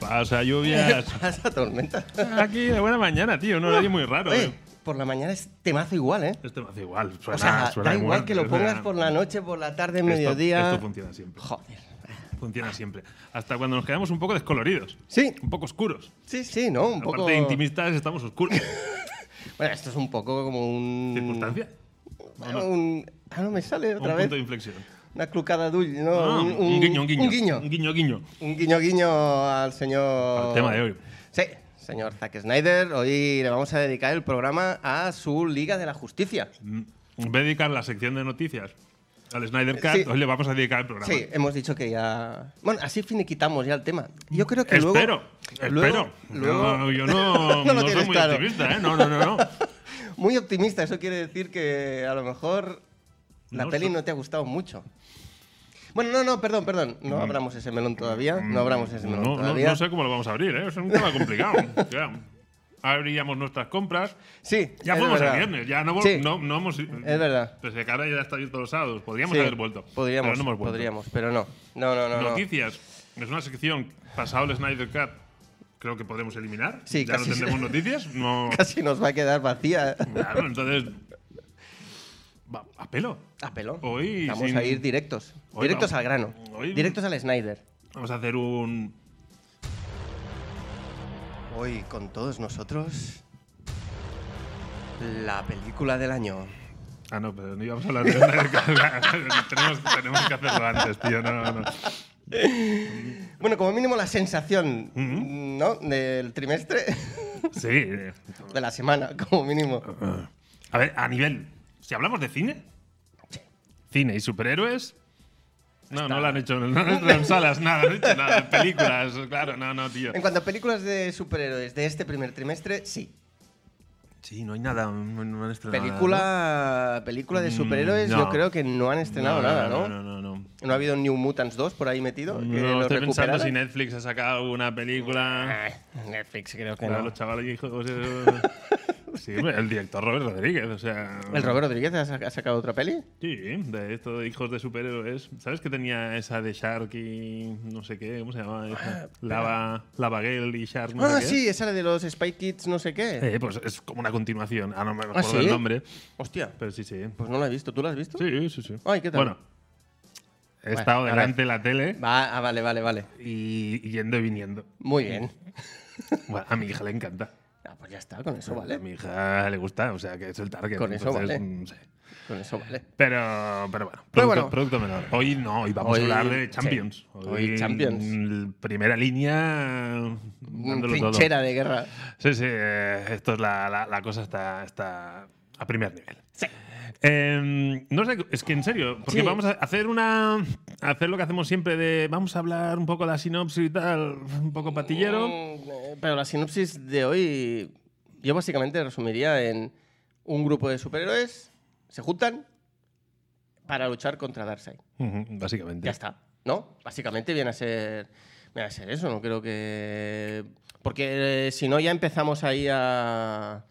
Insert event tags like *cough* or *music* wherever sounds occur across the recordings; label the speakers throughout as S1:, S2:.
S1: Pasa lluvias.
S2: *laughs* Pasa tormenta.
S1: *laughs* Aquí de buena mañana, tío. Un horario muy raro.
S2: Oye,
S1: eh.
S2: por la mañana es temazo igual, ¿eh?
S1: Este me hace igual. Suena,
S2: O sea,
S1: suena
S2: da igual
S1: muerto,
S2: que lo
S1: es
S2: pongas
S1: verdad.
S2: por la noche, por la tarde,
S1: Esto-
S2: mediodía.
S1: Esto, funciona siempre.
S2: Joder.
S1: Funciona siempre. Hasta cuando nos quedamos un poco descoloridos.
S2: Sí.
S1: Un poco oscuros.
S2: Sí, sí, ¿no? Un poco.
S1: Aparte de intimistas, estamos oscuros.
S2: Bueno, esto es un poco como un.
S1: Circunstancia.
S2: Un... Ah, no me sale
S1: Un
S2: Mm. otra vez.
S1: punto de inflexión.
S2: Una clucada dulce, ¿no?
S1: Ah,
S2: un,
S1: un guiño, un guiño.
S2: Un guiño.
S1: Un guiño, guiño.
S2: Un guiño guiño al señor.
S1: Al tema de hoy.
S2: Sí, señor Zack Snyder. Hoy le vamos a dedicar el programa a su Liga de la Justicia.
S1: Mm. Voy a dedicar la sección de noticias al Snyder Cut.
S2: Sí.
S1: Hoy le vamos a dedicar el programa.
S2: Sí, hemos dicho que ya. Bueno, así finiquitamos ya el tema. Yo creo que luego.
S1: Espero, espero.
S2: luego- luego-
S1: No, yo no,
S2: *laughs* No lo
S1: no soy
S2: tienes
S1: muy
S2: claro.
S1: optimista, ¿eh? No, no, no. no.
S2: *laughs* Muy optimista, eso quiere decir que a lo mejor la
S1: No,
S2: peli
S1: so-
S2: no te ha gustado mucho. Bueno, no, no, perdón, perdón. No abramos ese melón todavía. No abramos ese melón
S1: Mm. No, no,
S2: todavía.
S1: no sé cómo lo vamos a abrir, ¿eh? Es un tema complicado. *laughs* Ya. Abríamos nuestras compras.
S2: Sí,
S1: Ya
S2: es
S1: fuimos el
S2: verdad.
S1: viernes, ya no, vol-
S2: Sí.
S1: no, no hemos. Es
S2: verdad.
S1: Pues que ahora ya está abierto los sábados. Podríamos
S2: Sí,
S1: haber vuelto.
S2: Podríamos,
S1: pero no hemos vuelto.
S2: podríamos, pero no. No, no, no. no.
S1: Noticias. Es una sección pasado el Snyder Cut. Creo que podremos eliminar.
S2: Sí,
S1: ya
S2: casi
S1: no
S2: se-
S1: tendremos noticias. No.
S2: *laughs* *laughs* Casi nos va a
S1: *laughs*
S2: quedar vacía.
S1: Claro, entonces. Va, a pelo.
S2: A pelo.
S1: Hoy
S2: Vamos
S1: sin-
S2: a ir directos.
S1: Hoy
S2: directos
S1: vamos-
S2: al grano.
S1: hoy-
S2: Directos al Snyder.
S1: Vamos a hacer un.
S2: Hoy con todos nosotros. La película del año.
S1: Ah, no, pero no íbamos a hablar de Snyder Cut. *laughs* tenemos, tenemos que hacerlo antes, tío. No, no, no.
S2: Bueno, como mínimo la sensación, ¿no? Del trimestre, *laughs*
S1: Sí. eh.
S2: de la semana, *laughs* como mínimo.
S1: A ver, a nivel. Si hablamos de cine. Cine y superhéroes. No, no lo han hecho, no han hecho en salas, nada, no han hecho nada, en
S2: *laughs*
S1: películas, claro, no, no, tío.
S2: En cuanto a películas de superhéroes de este primer trimestre, sí.
S1: Sí, no hay nada, no, no han estrenado nada,
S2: Película, película de
S1: Mm,
S2: superhéroes, yo
S1: no.
S2: creo que no han estrenado nada, ¿no?
S1: No, no, no. no.
S2: ¿No ha habido New Mutants 2 por ahí metido? que
S1: No,
S2: lo
S1: estoy pensando
S2: recuperaran?
S1: si Netflix ha sacado alguna película.
S2: Ah, Netflix creo que
S1: Claro,
S2: no.
S1: los chavales hijos. eh,
S2: *laughs*
S1: Sí, hombre, el director Robert Rodríguez, o sea.
S2: ¿El Robert Rodríguez ha sac- ha sacado otra peli?
S1: Sí, de esto de hijos de superhéroes. ¿Sabes que tenía esa de Shark y no sé qué? ¿Cómo se llamaba? esa? Lava, Lava Girl y Shark. No
S2: ah,
S1: sé qué.
S2: sí, esa era de los Spy Kids no sé qué.
S1: Eh, pues es como una continuación. Ah, no me acuerdo
S2: sí?
S1: del nombre.
S2: Hostia,
S1: Pero sí, sí.
S2: pues no la he visto. ¿Tú la has visto?
S1: Sí, sí, sí.
S2: Ay, ¿qué tal?
S1: Bueno, he estado
S2: a ver.
S1: delante de la tele
S2: Va, ah, vale, vale, vale.
S1: y y yendo y viniendo.
S2: Muy bien.
S1: Bueno, a mi hija le encanta.
S2: Ah, pues ya está, con eso
S1: A
S2: vale.
S1: mi hija le gusta, o sea que es el target.
S2: Con eso vale.
S1: mm, sí.
S2: Con eso vale.
S1: Pero, pero bueno, producto,
S2: Pero bueno.
S1: producto menor. Hoy no, hoy vamos
S2: Hoy,
S1: a hablar de Champions.
S2: sí. Hoy Champions. Mm,
S1: mm, Primera línea. dándolo todo.
S2: Trinchera de guerra.
S1: Sí, sí, eh, esto es la, la- la cosa está, está a primer nivel.
S2: Sí.
S1: Eh, no sé, es que en serio, porque
S2: Sí.
S1: vamos a hacer una. a hacer lo que hacemos siempre de. Vamos a hablar un poco de la sinopsis y tal, un poco patillero.
S2: Mm, eh, Pero la sinopsis de hoy yo básicamente resumiría en un grupo de superhéroes se juntan para luchar contra Darkseid.
S1: Ujú, Básicamente.
S2: Ya está, ¿no? Básicamente viene a ser, viene a ser eso, no creo que... Porque eh, si no ya empezamos ahí a,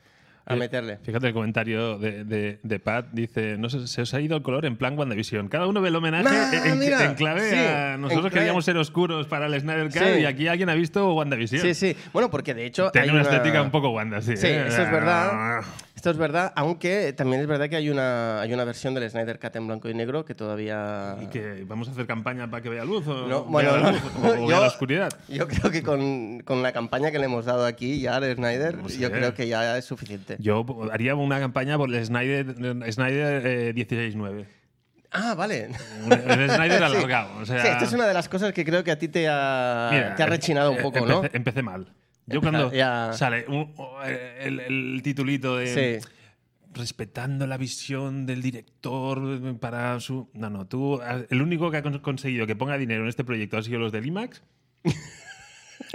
S2: a
S1: Eh,
S2: meterle.
S1: Fíjate el comentario de, de, de Pat, dice, no sé, se os ha ido el color en plan WandaVision. Cada uno ve el homenaje
S2: Ah,
S1: en,
S2: mira,
S1: en clave
S2: sí,
S1: a...
S2: en
S1: Nosotros
S2: clave.
S1: queríamos ser oscuros para el Snyder Cut
S2: Sí.
S1: y aquí alguien ha visto WandaVision.
S2: Sí, sí. Bueno, porque de hecho...
S1: Tiene
S2: hay
S1: una, estética un poco Wanda, sí.
S2: Sí,
S1: ¿eh?
S2: eso es verdad. Esto es verdad, aunque también es verdad que hay una, hay una versión del Snyder Cut en blanco y negro que todavía...
S1: ¿Y que vamos a hacer campaña para que vea luz o
S2: No,
S1: vea
S2: bueno,
S1: la
S2: no,
S1: luz,
S2: no,
S1: o vea
S2: yo-
S1: la oscuridad?
S2: Yo creo que con, con la campaña que le hemos dado aquí ya al Snyder,
S1: No sé.
S2: yo creo que ya es suficiente.
S1: Yo haría una campaña por el Snyder, Snyder eh, 16-9.
S2: Ah, vale.
S1: El Snyder alargado. O sea,
S2: *laughs* Sí, esto es una de las cosas que creo que a ti te ha,
S1: Mira,
S2: te ha rechinado un
S1: em-
S2: poco,
S1: empecé,
S2: ¿no?
S1: Empecé mal. Yo
S2: Empeza-
S1: cuando
S2: ya.
S1: sale un- o- el, el titulito de
S2: Sí.
S1: respetando la visión del director para su... No, no, tú... El único que ha cons- conseguido que ponga dinero en este proyecto ha sido los del
S2: *laughs*
S1: IMAX.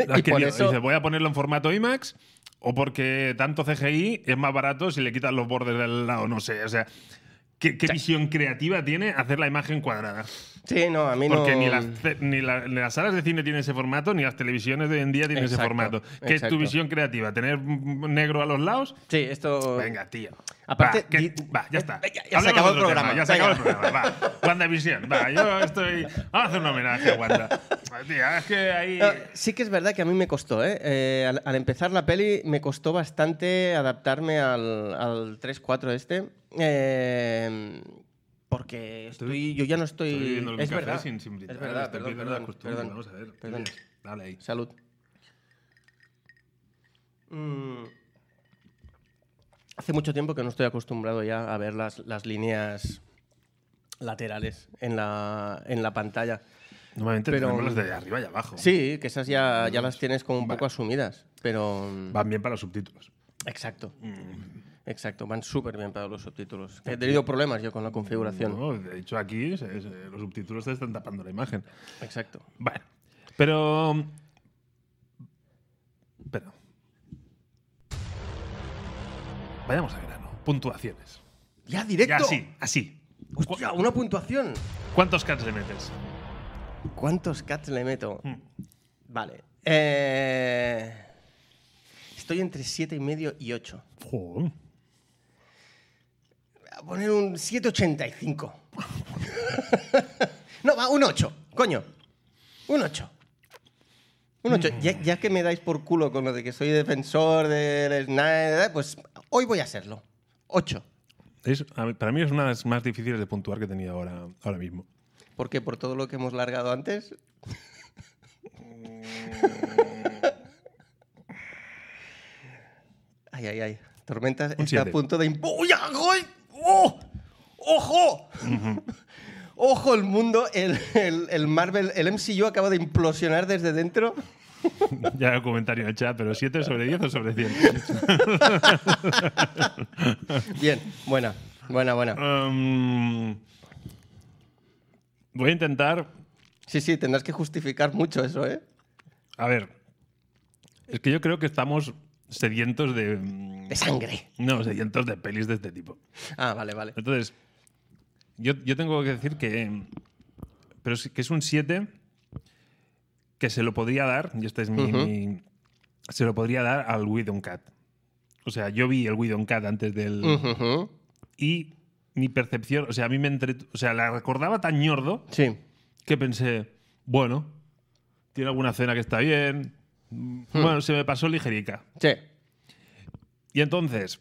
S1: Lo has
S2: Y por
S1: querido.
S2: eso-
S1: Dices, voy a ponerlo en formato IMAX o porque tanto CGI es más barato si le quitas los bordes del lado, no sé. O sea, ¿qué, qué visión creativa tiene hacer la imagen cuadrada?
S2: Sí, no, a mí no.
S1: Porque ni, las, ce- ni la- ni las salas de cine tienen ese formato, ni las televisiones de hoy en día tienen ese
S2: Exacto,
S1: formato. ¿Qué es
S2: exacto.
S1: tu visión creativa? ¿Tener mm, negro a los lados?
S2: Sí, esto.
S1: Venga, tío.
S2: Aparte,
S1: va, que-
S2: di- eh,
S1: va, ya está.
S2: Venga, ya se
S1: Hablemos
S2: acabó
S1: de
S2: el
S1: otro tema,
S2: programa,
S1: ya se acabó el
S2: venga.
S1: programa. Va. WandaVision. Va, yo estoy. Vamos a hacer un homenaje a Wanda. Tía, es que ahí.
S2: No, sí que es verdad que a mí me costó, ¿eh? Eh, al, al empezar la peli me costó bastante adaptarme al, al 3-4 este. eh, porque estoy, yo ya no estoy...
S1: Estoy viendo el
S2: es,
S1: café
S2: verdad,
S1: sin, sin brindar,
S2: es verdad,
S1: estoy
S2: perdón,
S1: perdiendo
S2: perdón,
S1: la costumbre.
S2: perdón.
S1: Vamos a ver.
S2: perdón.
S1: Dale ahí.
S2: Salud. Mm, Hace mucho tiempo que no estoy acostumbrado ya a ver las, las líneas laterales en la, en la pantalla.
S1: Normalmente
S2: Pero-
S1: tenemos las de arriba y abajo.
S2: Sí, que esas ya, ya las tienes como un
S1: Vale.
S2: poco asumidas, pero...
S1: Van bien para los subtítulos.
S2: Exacto.
S1: Mm.
S2: Exacto, van súper bien para los subtítulos. He tenido problemas yo con la configuración.
S1: No, de hecho, aquí se- se- los subtítulos te están tapando la imagen.
S2: Exacto.
S1: Bueno, pero. Pero. Vayamos al grano. Puntuaciones.
S2: Ya, directo.
S1: Ya así, así.
S2: Hostia, una puntuación.
S1: ¿Cuántos cats le metes?
S2: ¿Cuántos cats le meto?
S1: Hmm.
S2: Vale. Eh, Estoy entre 7 y medio y 8.
S1: Joder.
S2: Voy a poner un 7,85. *laughs* no, va, un 8. Coño. Un 8. Un 8. Ya, ya que me dais por culo con lo de que soy defensor del Snyder, pues hoy voy a serlo. 8.
S1: Es- a mí- para mí es una de las más difíciles de puntuar que he tenido ahora, ahora mismo. *laughs*
S2: ¿Por qué? ¿Por todo lo que hemos largado antes? ay, ay, ay. Tormentas está
S1: siete.
S2: a punto de... imp- ¡Uy, ajoy! ¡Oh! ¡Ojo! ¡Ojo el mundo! El, el- el Marvel, el MCU acaba de implosionar desde dentro.
S1: ya hay un comentario en el chat, pero 7 sobre 10 o sobre *laughs* 100.
S2: Bien, buena, buena, buena.
S1: Um, voy a intentar
S2: Sí, sí, tendrás que justificar mucho eso, ¿eh?
S1: A ver, es que yo creo que estamos sedientos de... mm,
S2: De sangre.
S1: No, sedientos de pelis de este tipo.
S2: Ah, vale, vale.
S1: Entonces, yo, yo tengo que decir que... mm, Pero sí que es un 7 que se lo podría dar, y este es mi...
S2: Ujú.
S1: mi- se lo podría dar al Widon Cat. O sea, yo vi el Widon Cat antes del...
S2: Ujujú.
S1: Y mi percepción, o sea, a mí me entretu- O sea, la recordaba tan ñordo
S2: Sí.
S1: que pensé, bueno, tiene alguna cena que está bien. mm, Bueno, se me pasó ligerica.
S2: Sí.
S1: Y entonces,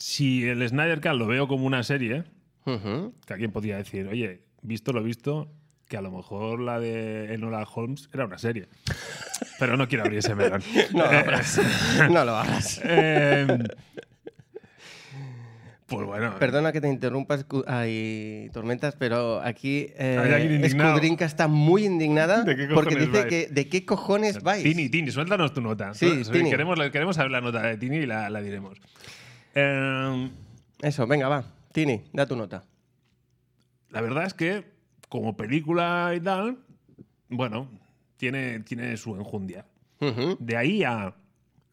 S1: si el Snyder Cut lo veo como una serie,
S2: Ujú.
S1: que alguien podría decir, oye, visto lo visto, que a lo mejor la de Enola Holmes era una serie. Pero no quiero abrir ese melón.
S2: *laughs* No lo abras. No lo abras.
S1: Eh, pues bueno.
S2: Perdona que te interrumpas, hay tormentas, pero aquí
S1: Hay alguien
S2: eh,
S1: indignado.
S2: Escudrinca está muy indignada
S1: *laughs* ¿De qué
S2: porque
S1: cojones
S2: dice
S1: vais?
S2: que de qué cojones vais.
S1: Tini, Tini, suéltanos tu nota.
S2: Sí,
S1: Su-
S2: Tini.
S1: Queremos, la- queremos saber la nota de Tini y la, la diremos. Eh,
S2: Eso, venga, va. Tini, da tu nota.
S1: la verdad es que, como película y tal, bueno, tiene, tiene su enjundia.
S2: Ujú.
S1: De ahí a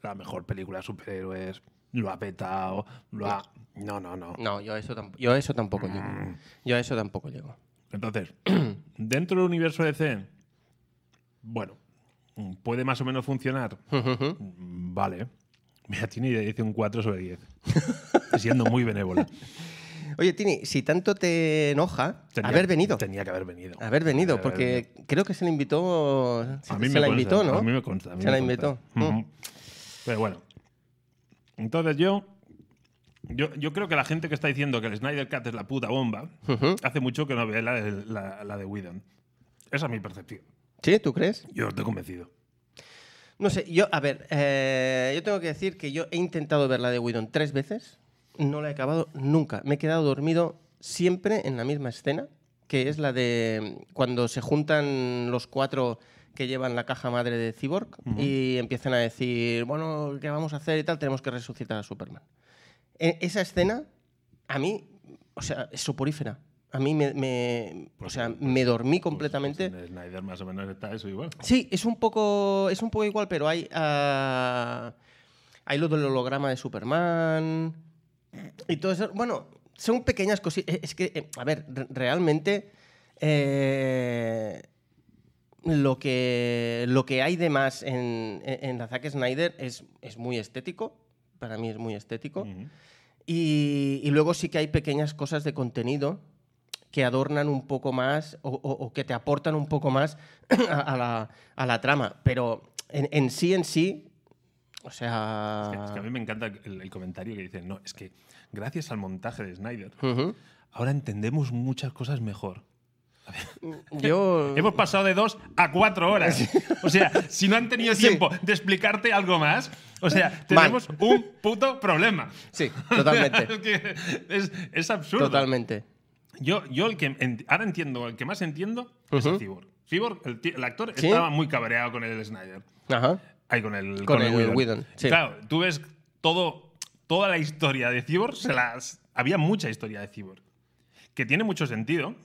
S1: la mejor película de superhéroes, lo ha petado, lo ha... No, no, no.
S2: No, yo a eso, tamp- yo a eso tampoco llego. Yo a eso tampoco llego.
S1: Entonces, *clears throat* dentro del universo DC, bueno, puede más o menos funcionar.
S2: Ujujú.
S1: Mm, Vale. Mira, tiene idea, dice un 4 sobre 10. *laughs* Siendo muy benévola.
S2: Oye, Tini, si tanto te enoja
S1: Tenía-
S2: haber venido.
S1: Tenía que haber venido.
S2: Haber venido,
S1: Tenía que haber
S2: porque creo que se le invitó. Se,
S1: A mí
S2: se
S1: me
S2: la
S1: consta,
S2: invitó, ¿no?
S1: A mí me consta. a mí
S2: Se
S1: me
S2: la
S1: consta.
S2: invitó. Hmm.
S1: Ujú. Pero bueno. Entonces yo, yo. Yo creo que la gente que está diciendo que el Snyder Cut es la puta bomba,
S2: Ujú.
S1: hace mucho que no ve la, de- la, la de Whedon. Esa es mi percepción.
S2: ¿Sí? ¿Tú crees?
S1: Yo estoy convencido.
S2: No sé, yo, a ver, eh, yo tengo que decir que yo he intentado ver la de Whedon tres veces, no la he acabado nunca. Me he quedado dormido siempre en la misma escena, que es la de mm, cuando se juntan los cuatro que llevan la caja madre de Cyborg y empiezan a decir, bueno, ¿qué vamos a hacer y tal? Tenemos que resucitar a Superman. E- esa escena, a mí, o sea, es soporífera. A mí me, me- o sea, me dormí completamente.
S1: Pues en Snyder más o menos está eso igual.
S2: Sí, es un poco, es un poco igual, pero hay, ah, hay lo del holograma de Superman y todo eso. Bueno, son pequeñas cositas. Es que, eh, a ver, re- realmente eh, lo, que, lo que hay de más en, en, en la Zack Snyder es, es muy estético. Para mí es muy estético.
S1: Ujú.
S2: Y, y luego sí que hay pequeñas cosas de contenido que adornan un poco más o, o- o que te aportan un poco más *clears throat* a, a la, a la trama. Pero en, en sí, en sí, o sea...
S1: Es que- es que a mí me encanta el, el comentario que dicen, no, es que gracias al montaje de Snyder, *laughs*
S2: Ujú.
S1: ahora entendemos muchas cosas mejor.
S2: Yo...
S1: Hemos pasado de dos a cuatro horas. O sea, si no han tenido
S2: Sí.
S1: tiempo de explicarte algo más, o sea,
S2: Mal.
S1: tenemos un puto problema.
S2: Sí,
S1: *laughs*
S2: totalmente.
S1: es, que es- es absurdo.
S2: totalmente.
S1: Yo, yo el que en- ahora entiendo, el que más entiendo es el
S2: Ujú.
S1: Cyborg. Cyborg, el, ti- el actor,
S2: Sí.
S1: estaba muy cabreado con el Snyder.
S2: Ajá.
S1: Ay, con el,
S2: Con el Whedon, sí.
S1: Claro, tú ves todo, toda la historia de Cyborg, se las, había mucha historia de Cyborg. Que tiene mucho sentido,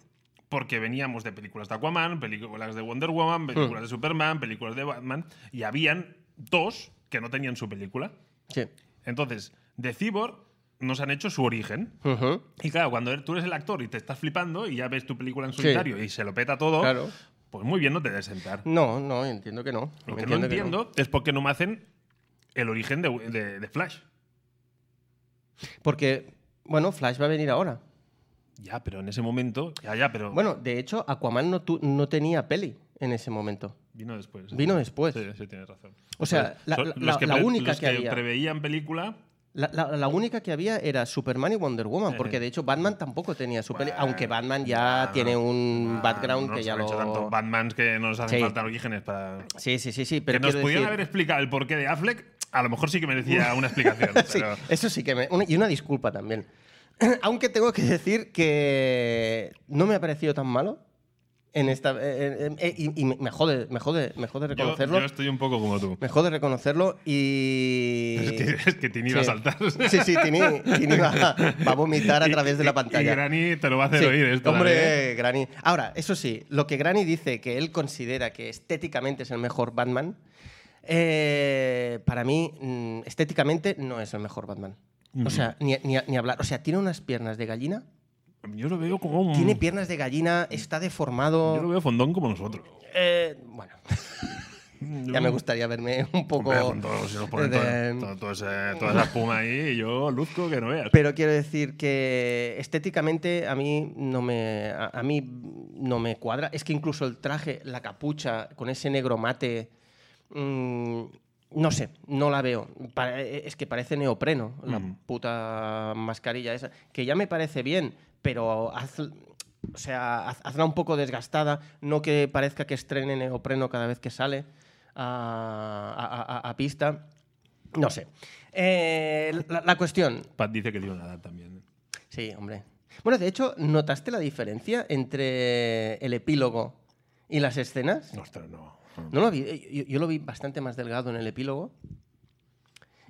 S1: porque veníamos de películas de Aquaman, películas de Wonder
S2: Hmm.
S1: Woman, películas de Superman, películas de Batman, y habían dos que no tenían su película.
S2: Sí.
S1: Entonces, de Cyborg nos han hecho su origen.
S2: Ujú.
S1: Y claro, cuando tú eres el actor y te estás flipando y ya ves tu película en solitario y se lo peta todo,
S2: Claro.
S1: pues muy bien no te debes sentar.
S2: No, no, entiendo que no.
S1: Lo que no
S2: que
S1: entiendo es por qué no me hacen el origen de, de- de Flash.
S2: Porque, bueno, Flash va a venir ahora.
S1: Ya, pero en ese momento. Ya, ya, pero.
S2: Bueno, de hecho, Aquaman no, tu- no tenía peli en ese momento.
S1: vino después. sí.
S2: Vino después.
S1: Sí, sí, tienes razón. Pues
S2: O sea, la-
S1: Son
S2: la-
S1: los que
S2: la
S1: pre-
S2: única
S1: los
S2: que había.
S1: preveían película.
S2: La, la- la única que había era Superman y Wonder Woman, porque de hecho Batman tampoco tenía su peli,
S1: Bueno,
S2: aunque Batman ya
S1: no,
S2: tiene un
S1: ah,
S2: background
S1: no
S2: que
S1: se
S2: ya
S1: han hecho
S2: lo...
S1: tantos Batmans que nos hacen
S2: Sí.
S1: falta orígenes para.
S2: Sí, sí, sí, sí, pero
S1: que nos
S2: quiero
S1: pudieran
S2: decir-
S1: haber explicado el porqué de Affleck, a lo mejor sí que merecía una explicación.
S2: *laughs* Sí,
S1: pero-
S2: eso sí que me... una- y una disculpa también. *clears throat* aunque tengo que decir que no me ha parecido tan malo en esta... eh, eh, eh, y y me me jode, me jode, me jode
S1: Yo,
S2: reconocerlo.
S1: yo estoy un poco como tú.
S2: Me jode reconocerlo y...
S1: *laughs* Es que, es que Tini va a
S2: Eh, Sí.
S1: saltar.
S2: Sí, sí, Tini, Tini va, va a vomitar a través de
S1: *laughs*
S2: la
S1: Y,
S2: pantalla.
S1: Granny te lo *laughs* va a hacer
S2: Sí,
S1: oír esto. también, ¿eh?
S2: Hombre, Granny. Ahora, eso sí, lo que Granny dice que él considera que estéticamente es el mejor Batman, eh, para mí, mm, estéticamente no es el mejor Batman. O sea, ni, ni- ni hablar. O sea, tiene unas piernas de gallina.
S1: Yo lo veo como un.
S2: Tiene piernas de gallina, está
S1: Mm. Yo lo
S2: deformado.
S1: veo fondón como nosotros.
S2: Eh, bueno, *laughs* ya me gustaría verme un poco.
S1: Hombre, con todo- si nos ponen todo-
S2: de-
S1: todo- todo ese- toda esa espuma ahí, y yo luzco que no veas.
S2: Pero quiero decir que estéticamente a mí no me a, a mí no me cuadra. Es que incluso el traje, la capucha con ese negro mate, mm, no sé, no la veo. Pa- eh, es que parece neopreno la
S1: Ujú.
S2: puta mascarilla esa, que ya me parece bien, pero haz- o sea, haz- hazla un poco desgastada, no que parezca que estrene neopreno cada vez que sale a, a- a- a pista. No sé. Eh, la- la cuestión,
S1: Pat dice que tiene una edad también.
S2: Sí, hombre. Bueno, de hecho, ¿notaste la diferencia entre el epílogo y las escenas?
S1: Ostras, no.
S2: No lo vi, eh, yo, yo lo vi bastante más delgado en el epílogo.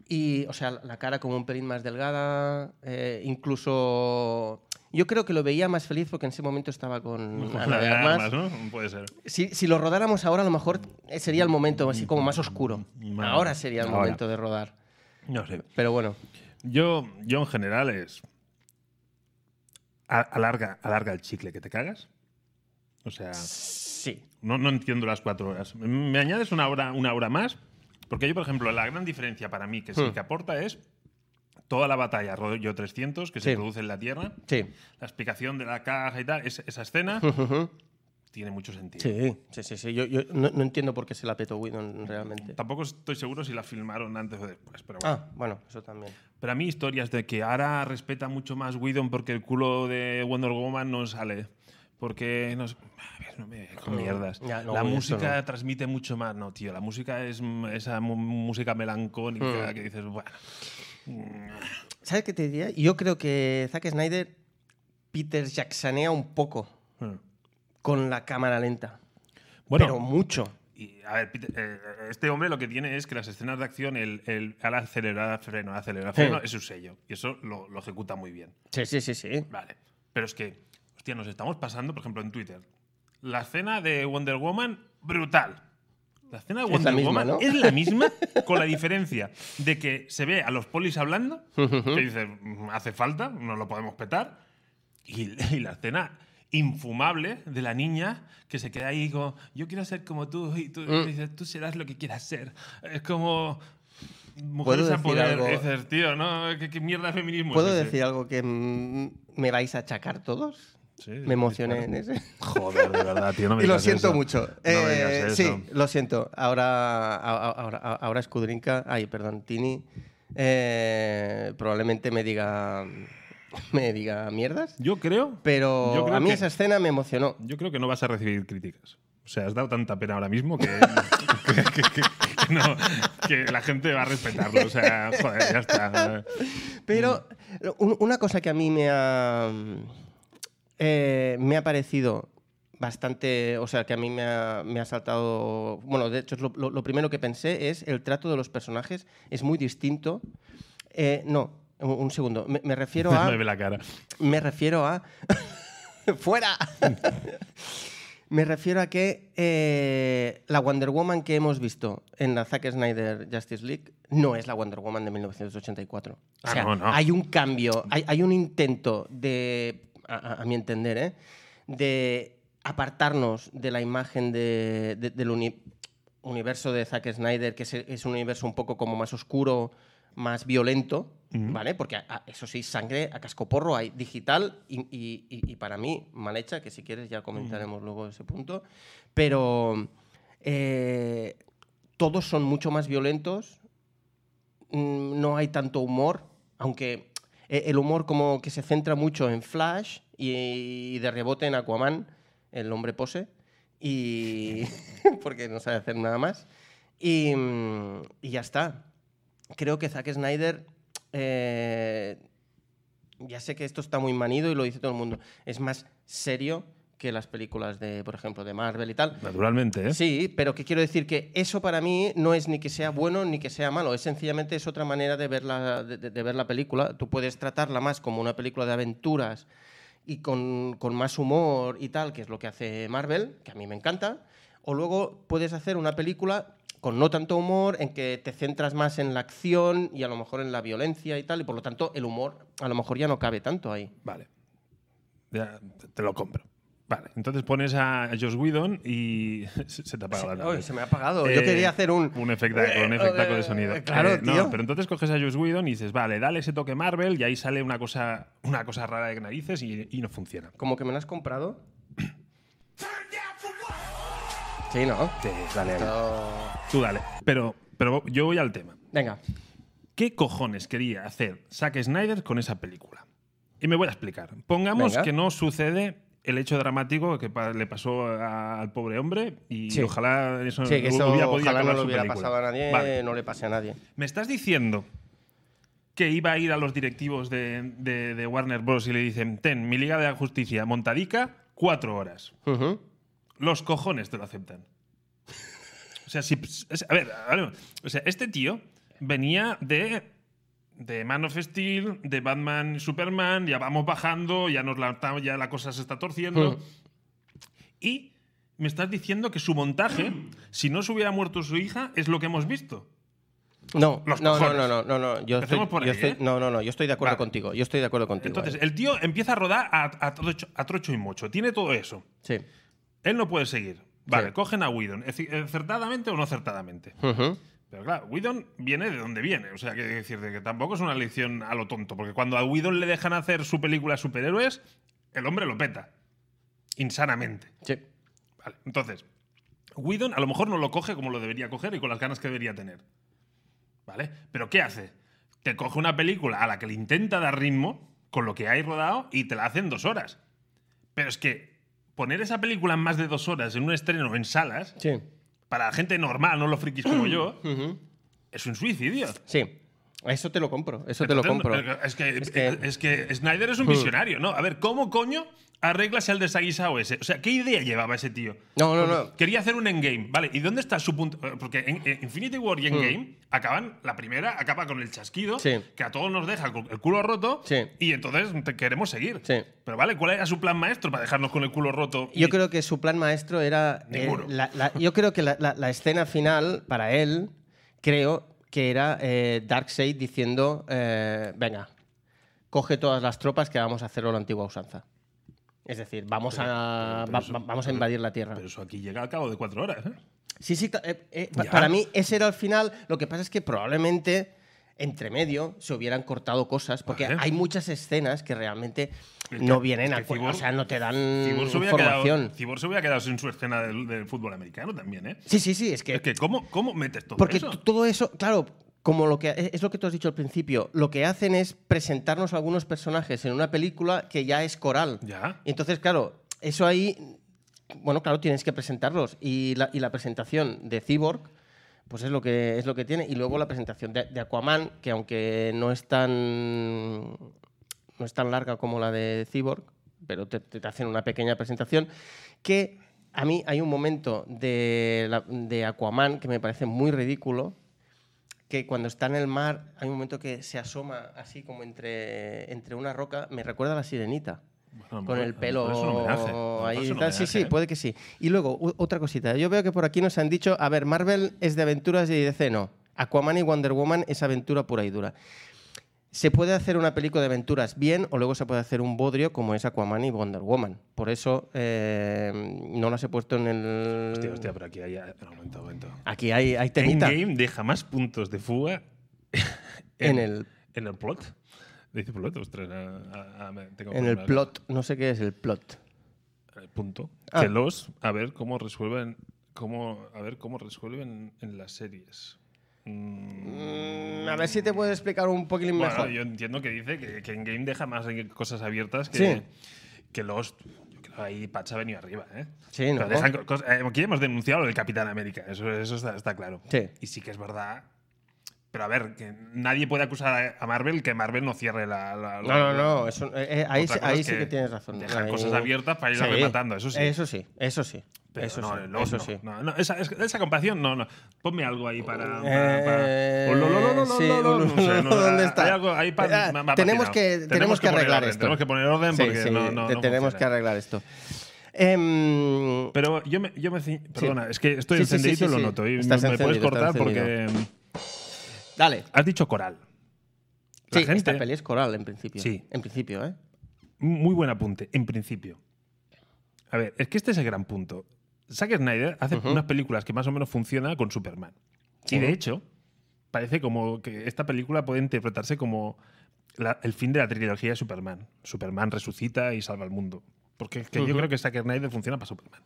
S2: Y, o sea, la cara como un pelín más delgada, eh, incluso... Yo creo que lo veía más feliz porque en ese momento estaba con
S1: Una
S2: Ana de
S1: de
S2: Armas.
S1: armas, ¿no? Puede ser.
S2: Si, si lo rodáramos ahora, a lo mejor eh, sería el momento así como más oscuro.
S1: Vale.
S2: Ahora sería el
S1: Ahora.
S2: momento de rodar.
S1: No sé.
S2: Pero bueno,
S1: Yo, yo en general es. a- Alarga, alarga el chicle que te cagas. O sea.
S2: sí.
S1: No, no entiendo las cuatro horas. Me añades una hora, una hora más, porque yo, por ejemplo, la gran diferencia para mí que sí
S2: Hmm.
S1: que aporta es toda la batalla rollo 300 que se
S2: Sí.
S1: produce en la Tierra,
S2: Sí.
S1: la explicación de la caja y tal, es- esa escena
S2: *laughs* Ujú.
S1: tiene mucho sentido.
S2: Hmm. Sí, sí, sí. sí. Yo, yo no, no entiendo por qué se la petó Whedon realmente.
S1: Tampoco estoy seguro si la filmaron antes o después, pero bueno.
S2: Ah, bueno, eso también.
S1: Pero a mí historias de que ahora respeta mucho más Whedon porque el culo de Wonder Woman no sale. Porque no, sé- a ver, no me con mierdas.
S2: Ya, no,
S1: la
S2: esto
S1: música
S2: no.
S1: transmite mucho más. No, tío, la música es mm, esa mu- música melancólica
S2: Mm.
S1: que dices, bueno.
S2: ¿Sabes qué te diría? Yo creo que Zack Snyder Peter Jacksonea un poco
S1: Hmm.
S2: con la cámara lenta.
S1: Bueno,
S2: pero mucho.
S1: Y, a ver, Peter- eh, este hombre lo que tiene es que las escenas de acción, el, el- al acelerar freno, al acelerar freno,
S2: Sí.
S1: es su sello. Y eso lo, lo ejecuta muy bien.
S2: Sí, Pues sí, sí, sí.
S1: Vale. Pero es que, hostia, nos estamos pasando, por ejemplo, en Twitter. La escena de Wonder Woman, brutal. La escena de
S2: Es
S1: Wonder
S2: la misma,
S1: Woman
S2: ¿no?
S1: es la
S2: *laughs*
S1: misma, con la diferencia de que se ve a los polis hablando, que dicen, "Mm, hace falta, no lo podemos petar. Y, y la escena infumable de la niña que se queda ahí como, yo quiero ser como tú, y tú,
S2: Mm.
S1: dices, tú serás lo que quieras ser. Es como... Mujeres a
S2: decir
S1: poder,
S2: algo?
S1: dices, tío, ¿no? ¿Qué, qué mierda de feminismo? es
S2: ¿Puedo
S1: ese?".
S2: decir algo que mm, me vais a achacar todos?
S1: Sí,
S2: me emocioné en ese.
S1: Joder, de verdad, tío, no me
S2: *laughs* y lo
S1: digas
S2: siento
S1: eso.
S2: mucho.
S1: No
S2: Eh,
S1: me digas eso.
S2: Sí, lo siento. Ahora, ahora, ahora, ahora Escudrinca, ay, perdón, Tini, eh, probablemente me diga, *laughs* me diga mierdas,
S1: Yo creo,
S2: pero
S1: Yo creo
S2: a mí
S1: que-
S2: esa escena me emocionó.
S1: yo creo que no vas a recibir críticas. O sea, has dado tanta pena ahora mismo
S2: *laughs*
S1: que, que, que- que- que no, que la gente va a respetarlo. O sea, joder, ya está.
S2: Pero
S1: Mm.
S2: un- una cosa que a mí me ha, eh, me ha parecido bastante, o sea, que a mí me ha, me ha saltado, bueno, de hecho es lo, lo- lo primero que pensé es el trato de los personajes es muy distinto. Eh, no, un, un segundo, me, me refiero a...
S1: Me ve la cara.
S2: Me refiero a. *laughs* ¡Fuera! *laughs* Me refiero a que eh, la Wonder Woman que hemos visto en la Zack Snyder Justice League no es la Wonder Woman de 1984.
S1: Ah, no, no.
S2: Hay un cambio, hay, hay un intento de, a, a- a mi entender, ¿eh? de apartarnos de la imagen de- de- del uni- universo de Zack Snyder, que es, es un universo un poco como más oscuro, más violento, ¿vale? Porque a- a- eso sí, sangre a cascoporro, hay digital y, y- y- y para mí mal hecha, que si quieres ya comentaremos luego ese punto, pero eh, todos son mucho más violentos, mm, no hay tanto humor, aunque eh, el humor como que se centra mucho en Flash y, y de rebote en Aquaman, el hombre pose, y *laughs* porque no sabe hacer nada más. Y, mm, y ya está. Creo que Zack Snyder, eh, ya sé que esto está muy manido y lo dice todo el mundo, es más serio que las películas de, por ejemplo, de Marvel y tal.
S1: Naturalmente, ¿eh?
S2: Sí, pero que quiero decir que eso para mí no es ni que sea bueno ni que sea malo, es sencillamente es otra manera de ver la, de, de- de ver la película. Tú puedes tratarla más como una película de aventuras y con, con más humor y tal, que es lo que hace Marvel, que a mí me encanta, o luego puedes hacer una película con no tanto humor, en que te centras más en la acción y a lo mejor en la violencia y tal, y por lo tanto el humor a lo mejor ya no cabe tanto ahí.
S1: Vale. Ya te lo compro. Vale. Entonces pones a Josh Whedon y *laughs* se se te apaga la
S2: Ay,
S1: nave.
S2: se me ha apagado. Yo
S1: Eh,
S2: quería hacer un...
S1: Un efectaco, un
S2: Eh,
S1: efectaco de
S2: eh,
S1: sonido.
S2: Claro,
S1: Eh, no,
S2: tío.
S1: pero entonces coges a Joss Whedon y dices, vale, dale ese toque Marvel y ahí sale una cosa, una cosa rara de narices y, y no funciona.
S2: Como que me lo has comprado. Sí, ¿no?
S1: Te- dale ahí. Tú dale. Pero, pero yo voy al tema.
S2: Venga.
S1: ¿Qué cojones quería hacer Zack Snyder con esa película? Y me voy a explicar. Pongamos
S2: Venga.
S1: que no sucede el hecho dramático que pa- le pasó a- al pobre hombre y
S2: Sí.
S1: ojalá eso
S2: Sí, que eso
S1: hubiera podido
S2: ojalá no
S1: acabar
S2: le
S1: su
S2: hubiera
S1: película.
S2: pasado a nadie,
S1: Vale.
S2: no le pase a nadie.
S1: ¿Me estás diciendo que iba a ir a los directivos de, de- de Warner Bros. y le dicen, ten, mi Liga de la Justicia, Montadica, cuatro horas?
S2: Ujú.
S1: Los cojones te lo aceptan. O sea, si, es- a ver, a ver, o sea, este tío venía de, de Man of Steel, de Batman y Superman, ya vamos bajando, ya, nos la, ya la cosa se está torciendo. Y me estás diciendo que su montaje, si no se hubiera muerto su hija, es lo que hemos visto.
S2: No,
S1: Los
S2: no, no,
S1: cojones.
S2: no, no, no, no, yo estoy,
S1: Empecemos por
S2: yo
S1: ahí,
S2: estoy-
S1: ¿eh?
S2: no, no, no, yo estoy de acuerdo
S1: Vale.
S2: contigo, yo estoy de acuerdo contigo. eh.
S1: Entonces,
S2: ahí.
S1: el tío empieza a rodar a, a trocho, a trocho y mocho. Tiene todo eso.
S2: sí.
S1: Él no puede seguir. Vale,
S2: Sí.
S1: cogen a Whedon. Es decir, ¿Acertadamente o no acertadamente?
S2: Ujú.
S1: Pero claro, Whedon viene de donde viene. O sea, que decir de que tampoco es una lección a lo tonto. Porque cuando a Whedon le dejan hacer su película superhéroes, el hombre lo peta. Insanamente.
S2: Sí.
S1: Vale, entonces, Whedon a lo mejor no lo coge como lo debería coger y con las ganas que debería tener. ¿Vale? Pero ¿qué hace? Te coge una película a la que le intenta dar ritmo con lo que hay rodado y te la hace en dos horas. Pero es que poner esa película en más de dos horas en un estreno en salas,
S2: Sí. *clears throat*
S1: para la gente normal, no los frikis como yo, es un suicidio.
S2: Sí. Eso te lo compro, eso te lo compro.
S1: Es que,
S2: Es que-
S1: es que Snyder es un visionario, ¿no? A ver, ¿cómo coño arreglas el desaguisado ese? O sea, ¿qué idea llevaba ese tío?
S2: No, no,
S1: Porque
S2: no.
S1: Quería hacer un endgame, ¿vale? ¿Y dónde está su punto? Eh, Porque en- en Infinity War y Endgame acaban, la primera acaba con el chasquido,
S2: Mm. Sí.
S1: que a todos nos deja el cu- el culo roto,
S2: Sí.
S1: y entonces te queremos seguir.
S2: Sí.
S1: Pero ¿vale? ¿Cuál era su plan maestro para dejarnos con el culo roto?
S2: Yo
S1: Y-
S2: creo que su plan maestro era. eh,
S1: Ninguno.
S2: la- la- yo creo que la, la- la escena final, para él, creo que era eh, Darkseid diciendo: eh, Venga, coge todas las tropas que vamos a hacerlo a la antigua usanza. Es decir, vamos a,
S1: pero
S2: va-
S1: eso-
S2: va- vamos a invadir la Tierra.
S1: Pero eso aquí llega al cabo de cuatro horas, ¿eh?
S2: Sí, sí, ta- eh, eh, pa-
S1: Ya.
S2: para mí ese era el final. Lo que pasa es que probablemente entre medio se hubieran cortado cosas, porque
S1: Vale.
S2: hay muchas escenas que realmente
S1: Es que-
S2: no
S1: es
S2: vienen a
S1: que
S2: cuento, o
S1: Cyborg-
S2: sea, no te dan
S1: Cibor se, hubiera
S2: Mm, información.
S1: quedado, Cibor se hubiera quedado sin su escena del, del fútbol americano también, ¿eh?
S2: Sí, sí, sí, es que,
S1: Es que, ¿cómo, cómo metes todo
S2: porque
S1: eso?
S2: t- todo eso, claro, como lo que e, es lo que tú has dicho al principio, lo que hacen es presentarnos algunos personajes en una película que ya es coral.
S1: Ya.
S2: Y Entonces, claro, eso ahí, bueno, claro, tienes que presentarlos. Y la, y la presentación de Cyborg, pues es lo que, es lo que tiene. Y luego la presentación de, de Aquaman, que aunque no es tan, no es tan larga como la de Cyborg, pero te, te- te hacen una pequeña presentación, que a mí hay un momento de, la- de Aquaman que me parece muy ridículo, que cuando está en el mar hay un momento que se asoma así como entre, entre una roca, me recuerda a la sirenita
S1: Bueno,
S2: con
S1: bueno,
S2: el
S1: a lo mejor es un homenaje. A lo
S2: pelo
S1: mejor
S2: ahí
S1: es
S2: y
S1: un
S2: tal. Sí,
S1: homenaje,
S2: sí,
S1: ¿eh?
S2: puede que sí. Y luego, u- otra cosita. Yo veo que por aquí nos han dicho, a ver, Marvel es de aventuras y de no. Aquaman y Wonder Woman es aventura pura y dura. Se puede hacer una película de aventuras bien o luego se puede hacer un bodrio como es Aquaman y Wonder Woman. Por eso eh, no las he puesto en el...
S1: Hostia, hostia, pero aquí hay. No, momento, momento.
S2: Aquí hay, hay temita
S1: Endgame deja más puntos de fuga
S2: *laughs* en el,
S1: en el plot. Dice plot, ostras. a- a- a- me- tengo
S2: en
S1: que
S2: el
S1: hablar.
S2: plot. No sé qué es el plot.
S1: El punto.
S2: Ah.
S1: Que los, a ver cómo resuelven. Cómo, a ver cómo resuelven en las series.
S2: Mm, a ver si te puedes explicar un poquilín
S1: Bueno,
S2: mejor.
S1: yo entiendo que dice que, que Endgame deja más cosas abiertas que,
S2: Sí.
S1: que Lost. Yo creo que ahí Pacha ha venido arriba, ¿eh?
S2: Sí,
S1: Pero
S2: ¿no?
S1: dejan co- cos- eh, aquí hemos denunciado lo del Capitán América, eso, eso está, está claro.
S2: Sí.
S1: Y sí que es verdad. Pero a ver, que nadie puede acusar a a Marvel que Marvel no cierre la. la-
S2: No,
S1: la-
S2: no, no. eso, eh, eh, ahí
S1: Otra
S2: sí-
S1: cosa
S2: ahí
S1: es
S2: sí que
S1: que
S2: tienes razón.
S1: dejan
S2: Ahí-
S1: cosas abiertas para irlas rematando, eso sí.
S2: Eso sí, eso sí.
S1: pero
S2: eso
S1: no,
S2: sí,
S1: Lost
S2: eso
S1: no,
S2: sí.
S1: no, no, esa, esa- esa comparación, no, no. Ponme algo ahí para. para- para-
S2: Eh,
S1: Oh, lo, lo, lo, lo,
S2: sí,
S1: lo, lo, no sé, no,
S2: *laughs* ¿Dónde
S1: hay
S2: está?
S1: algo ahí pa-
S2: Ah,
S1: me- me ha
S2: tenemos,
S1: patinado.
S2: que, tenemos, que
S1: poner
S2: arreglar
S1: orden,
S2: esto.
S1: Tenemos que poner orden
S2: Sí,
S1: porque
S2: sí,
S1: no, no,
S2: te-
S1: no
S2: tenemos que
S1: funciona.
S2: arreglar esto. Em,
S1: Pero yo me, yo me ci- perdona, es que estoy
S2: Sí, sí, sí,
S1: encendidito y
S2: sí,
S1: lo
S2: sí.
S1: noto. Y
S2: Estás
S1: me, me puedes
S2: encendido,
S1: cortar
S2: estás
S1: porque
S2: dale.
S1: has dicho coral. La
S2: Sí, esta
S1: gente,
S2: peli es coral en principio.
S1: Sí.
S2: En principio, ¿eh?
S1: muy buen apunte, en principio. A ver, es que este es el gran punto. Zack Snyder hace unas películas que más o menos funcionan con Superman. Y de hecho, parece como que esta película puede interpretarse como la- el fin de la trilogía de Superman. Superman resucita y salva al mundo. Porque es que yo creo que Zack Snyder funciona para Superman.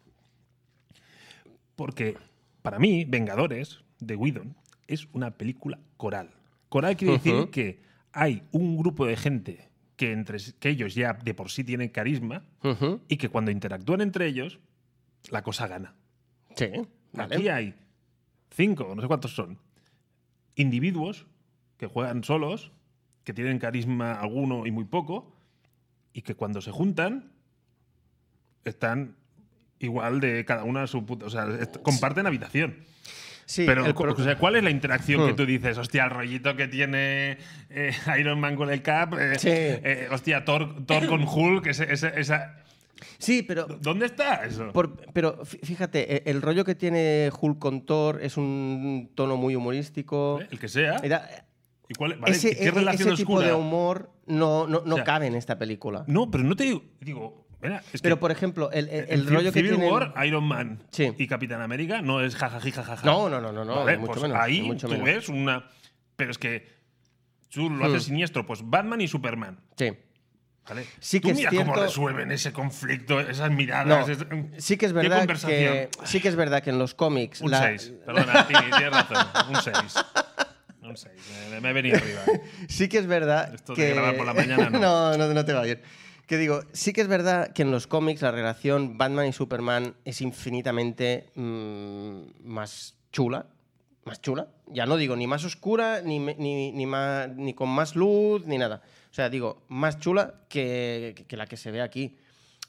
S1: Porque para mí, Vengadores de Whedon es una película coral. Coral quiere decir que hay un grupo de gente que, entre, s- que ellos ya de por sí tienen carisma
S2: Ujú,
S1: y que cuando interactúan entre ellos, la cosa gana.
S2: Sí. Vale.
S1: Aquí hay cinco, no sé cuántos son, individuos que juegan solos, que tienen carisma alguno y muy poco, y que cuando se juntan están igual de cada una a su puta. O sea, est- comparten habitación.
S2: Sí,
S1: Pero,
S2: el
S1: cu-
S2: pro-
S1: o sea, ¿cuál es la interacción que
S2: Hmm.
S1: tú dices? Hostia, el rollito que tiene eh, Iron Man con el Cap. eh,
S2: Sí.
S1: eh, hostia, Thor, Thor con Hulk. ese- ese- esa-
S2: sí, pero
S1: ¿Dónde está eso?
S2: Por- pero fí- fíjate, eh, el rollo que tiene Hulk con Thor es un tono muy humorístico.
S1: Eh, El que sea.
S2: Pues, Era-
S1: ¿Y cuál- vale,
S2: ese,
S1: ¿Qué
S2: ese-
S1: relación
S2: ese tipo
S1: oscura?
S2: de humor no, no, no
S1: O sea,
S2: cabe en esta película.
S1: No, pero no te digo. Digo, mira, es
S2: Pero,
S1: que
S2: por ejemplo, el, el- el
S1: en
S2: rollo que
S1: Civil
S2: tiene.
S1: War, Iron Man
S2: Sí.
S1: y Capitán América no es jajaji, jajaja.
S2: No, no, no, no, no,
S1: Vale,
S2: ni mucho
S1: pues
S2: menos.
S1: Ahí
S2: ni mucho
S1: tú
S2: menos.
S1: ves una. Pero es que tú lo
S2: Hmm.
S1: haces siniestro. Pues Batman y Superman.
S2: Sí.
S1: ¿vale?
S2: Sí que
S1: tú
S2: es
S1: mira cómo
S2: cierto-
S1: resuelven ese conflicto, esas
S2: No,
S1: miradas. Ah, es-
S2: sí que es
S1: ¿Qué
S2: verdad
S1: conversación?
S2: que sí que es verdad que en los cómics
S1: Un
S2: la-
S1: 6. Perdona, Tini, tienes razón. Un 6. Un 6. Me, me he venido
S2: *laughs*
S1: arriba.
S2: sí que es verdad
S1: Esto de
S2: que
S1: grabar por la mañana, no.
S2: *laughs* no, no, no te va bien. Que digo, sí que es verdad que en los cómics la relación Batman y Superman es infinitamente mm, más chula, más chula. Ya no digo ni más oscura, ni, me- ni, ni ma- ni con más luz, ni nada. O sea, digo, más chula que, que- que la que se ve aquí.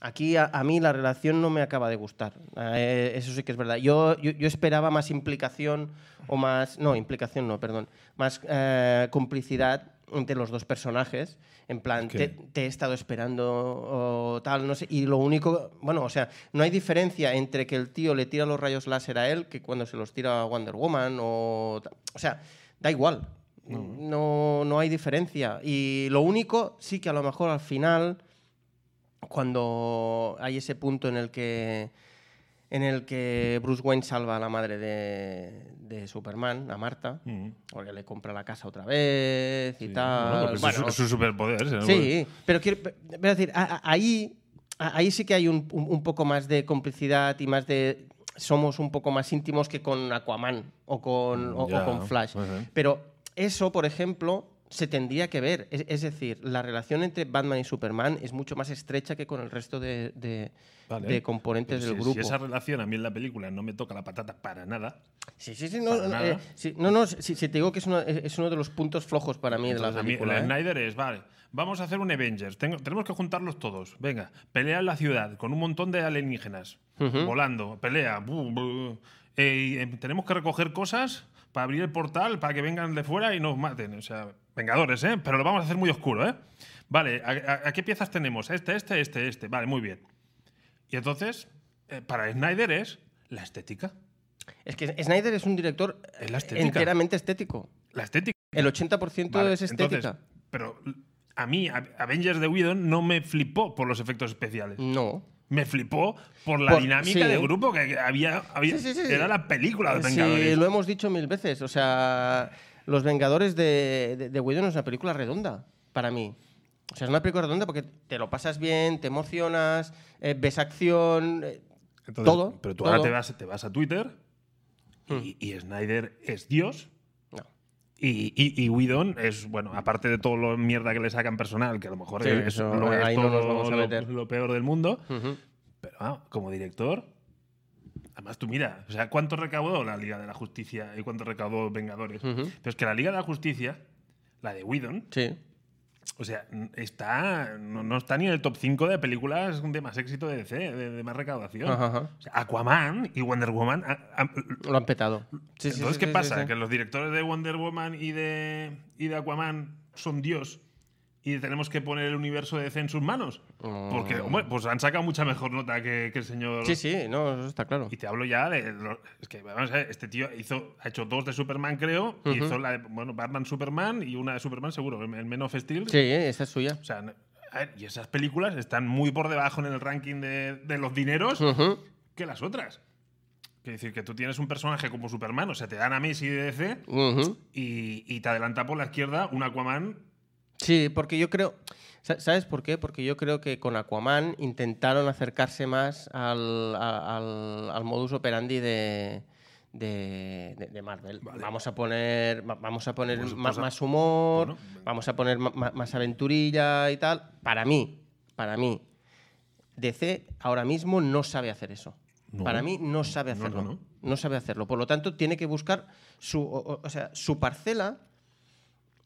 S2: Aquí a, a mí la relación no me acaba de gustar. Eh, eso sí que es verdad. Yo, yo, yo esperaba más implicación o más... No, implicación no, perdón. Más eh, complicidad entre los dos personajes. En plan,
S3: Ok.
S2: te, te he estado esperando o tal, no sé. Y lo único... Bueno, o sea, no hay diferencia entre que el tío le tira los rayos láser a él que cuando se los tira a Wonder Woman o... ta- O sea, da igual. No, no hay diferencia. Y lo único, sí que a lo mejor al final cuando hay ese punto en el que en el que Bruce Wayne salva a la madre de, de Superman, a Marta,
S1: Mm.
S2: porque le compra la casa otra vez y
S1: Bueno, pero
S2: tal.
S1: eso
S2: Bueno,
S1: es, es un superpoder. ¿eh? ese, ¿no?
S2: sí, pero quiero pero decir, a- a- ahí, a- ahí sí que hay un, un- un poco más de complicidad y más de somos un poco más íntimos que con Aquaman o con, o- o
S1: Mm, Ya,
S2: con Flash.
S1: ajá.
S2: Pero eso, por ejemplo, se tendría que ver. Es, es decir, la relación entre Batman y Superman es mucho más estrecha que con el resto de, de-
S1: Vale.
S2: de componentes
S1: Pero
S2: del
S1: si-
S2: grupo.
S1: Si esa relación a mí en la película no me toca la patata para nada,
S2: Sí, sí, sí, no,
S1: Para
S2: eh,
S1: nada.
S2: sí, no, no, si, si te digo que es uno, es es uno de los puntos flojos para mí de
S1: Entonces,
S2: la
S1: a mí,
S2: película.
S1: la
S2: ¿eh?
S1: Snyder es, vale, vamos a hacer un Avengers. Tengo- tenemos que juntarlos todos. Venga, pelea en la ciudad con un montón de alienígenas. Volando, pelea. bu, bu. Eh, y, eh, tenemos que recoger cosas para abrir el portal, para que vengan de fuera y nos maten. O sea, vengadores, ¿eh? Pero lo vamos a hacer muy oscuro, ¿eh? Vale, ¿a, a- a qué piezas tenemos? Este, este, este, este. Vale, muy bien. Y entonces, eh, para Snyder es la estética.
S2: Es que Snyder es un director
S1: Es la estética.
S2: enteramente estético.
S1: La estética.
S2: El 80%
S1: Vale,
S2: es estética.
S1: entonces, pero a mí, a- Avengers de Whedon no me flipó por los efectos especiales.
S2: no.
S1: Me flipó por la
S2: Por-
S1: dinámica
S2: sí. ¿eh?
S1: de grupo que había. había-
S2: Sí, sí, sí.
S1: Era la película de
S2: Sí,
S1: Vengadores.
S2: lo hemos dicho mil veces. O sea, Los Vengadores de, de, de Whedon es una película redonda para mí. O sea, es una película redonda porque te lo pasas bien, te emocionas, eh, ves acción, eh,
S1: Entonces,
S2: todo.
S1: Pero tú
S2: todo. Hmm.
S1: ahora te vas, te vas a Twitter y, y Snyder es Dios.
S2: No.
S1: Y, y, y Whedon es, bueno, aparte de todo lo mierda que le sacan personal, que a lo mejor
S2: Sí,
S1: es,
S2: eso,
S1: no es
S2: ahí no
S1: todo
S2: nos vamos a
S1: lo-
S2: meter. Hmm.
S1: Lo, peor del mundo,
S2: Ujú.
S1: pero ah, como director, además tú mira, o sea, ¿cuánto recaudó la Liga de la Justicia y cuánto recaudó Vengadores?
S2: Ujú.
S1: Pero es que la Liga de la Justicia, la de Whedon,
S2: Sí.
S1: o sea, n- está, no, no está ni en el top 5 de películas de más éxito de DC, de, de más recaudación.
S2: Ajá, ajá.
S1: O sea, Aquaman y Wonder Woman. a- a-
S2: Lo han petado. Sí, sí,
S1: Entonces,
S2: sí,
S1: ¿qué
S2: sí,
S1: pasa?
S2: sí, sí.
S1: Que los directores de Wonder Woman y de, y de Aquaman son Dios y tenemos que poner el universo de DC en sus manos. Porque, hombre, pues han sacado mucha mejor nota que, que el señor.
S2: Oh. Sí, sí, no, eso está claro.
S1: Y te hablo ya de. lo- es que, vamos a ver, este tío hizo, ha hecho dos de Superman, creo. y
S2: Ujú.
S1: hizo la de, bueno, Batman Superman y una de Superman, seguro, el Men of Steel.
S2: Sí, eh, esa es suya.
S1: O sea, no- a ver, y esas películas están muy por debajo en el ranking de, de los dineros
S2: Ujú.
S1: que las otras. Quiero decir, que tú tienes un personaje como Superman, o sea, te dan a Messi de DC
S2: Ujú.
S1: y, y te adelanta por la izquierda un Aquaman.
S2: Sí, porque yo creo. sa- ¿Sabes por qué? Porque yo creo que con Aquaman intentaron acercarse más al, a- al- al modus operandi de. De, de- de Marvel. Vamos a poner, va- vamos a poner
S1: Pues
S2: ma- más,
S1: pasa-
S2: humor,
S1: Bueno,
S2: vamos a poner ma- ma- más aventurilla y tal. Para mí, para mí, DC ahora mismo no sabe hacer eso.
S1: No.
S2: Para mí no sabe
S1: No,
S2: hacerlo.
S1: no, no.
S2: No sabe hacerlo. Por lo tanto, tiene que buscar su, o- o- o sea, su parcela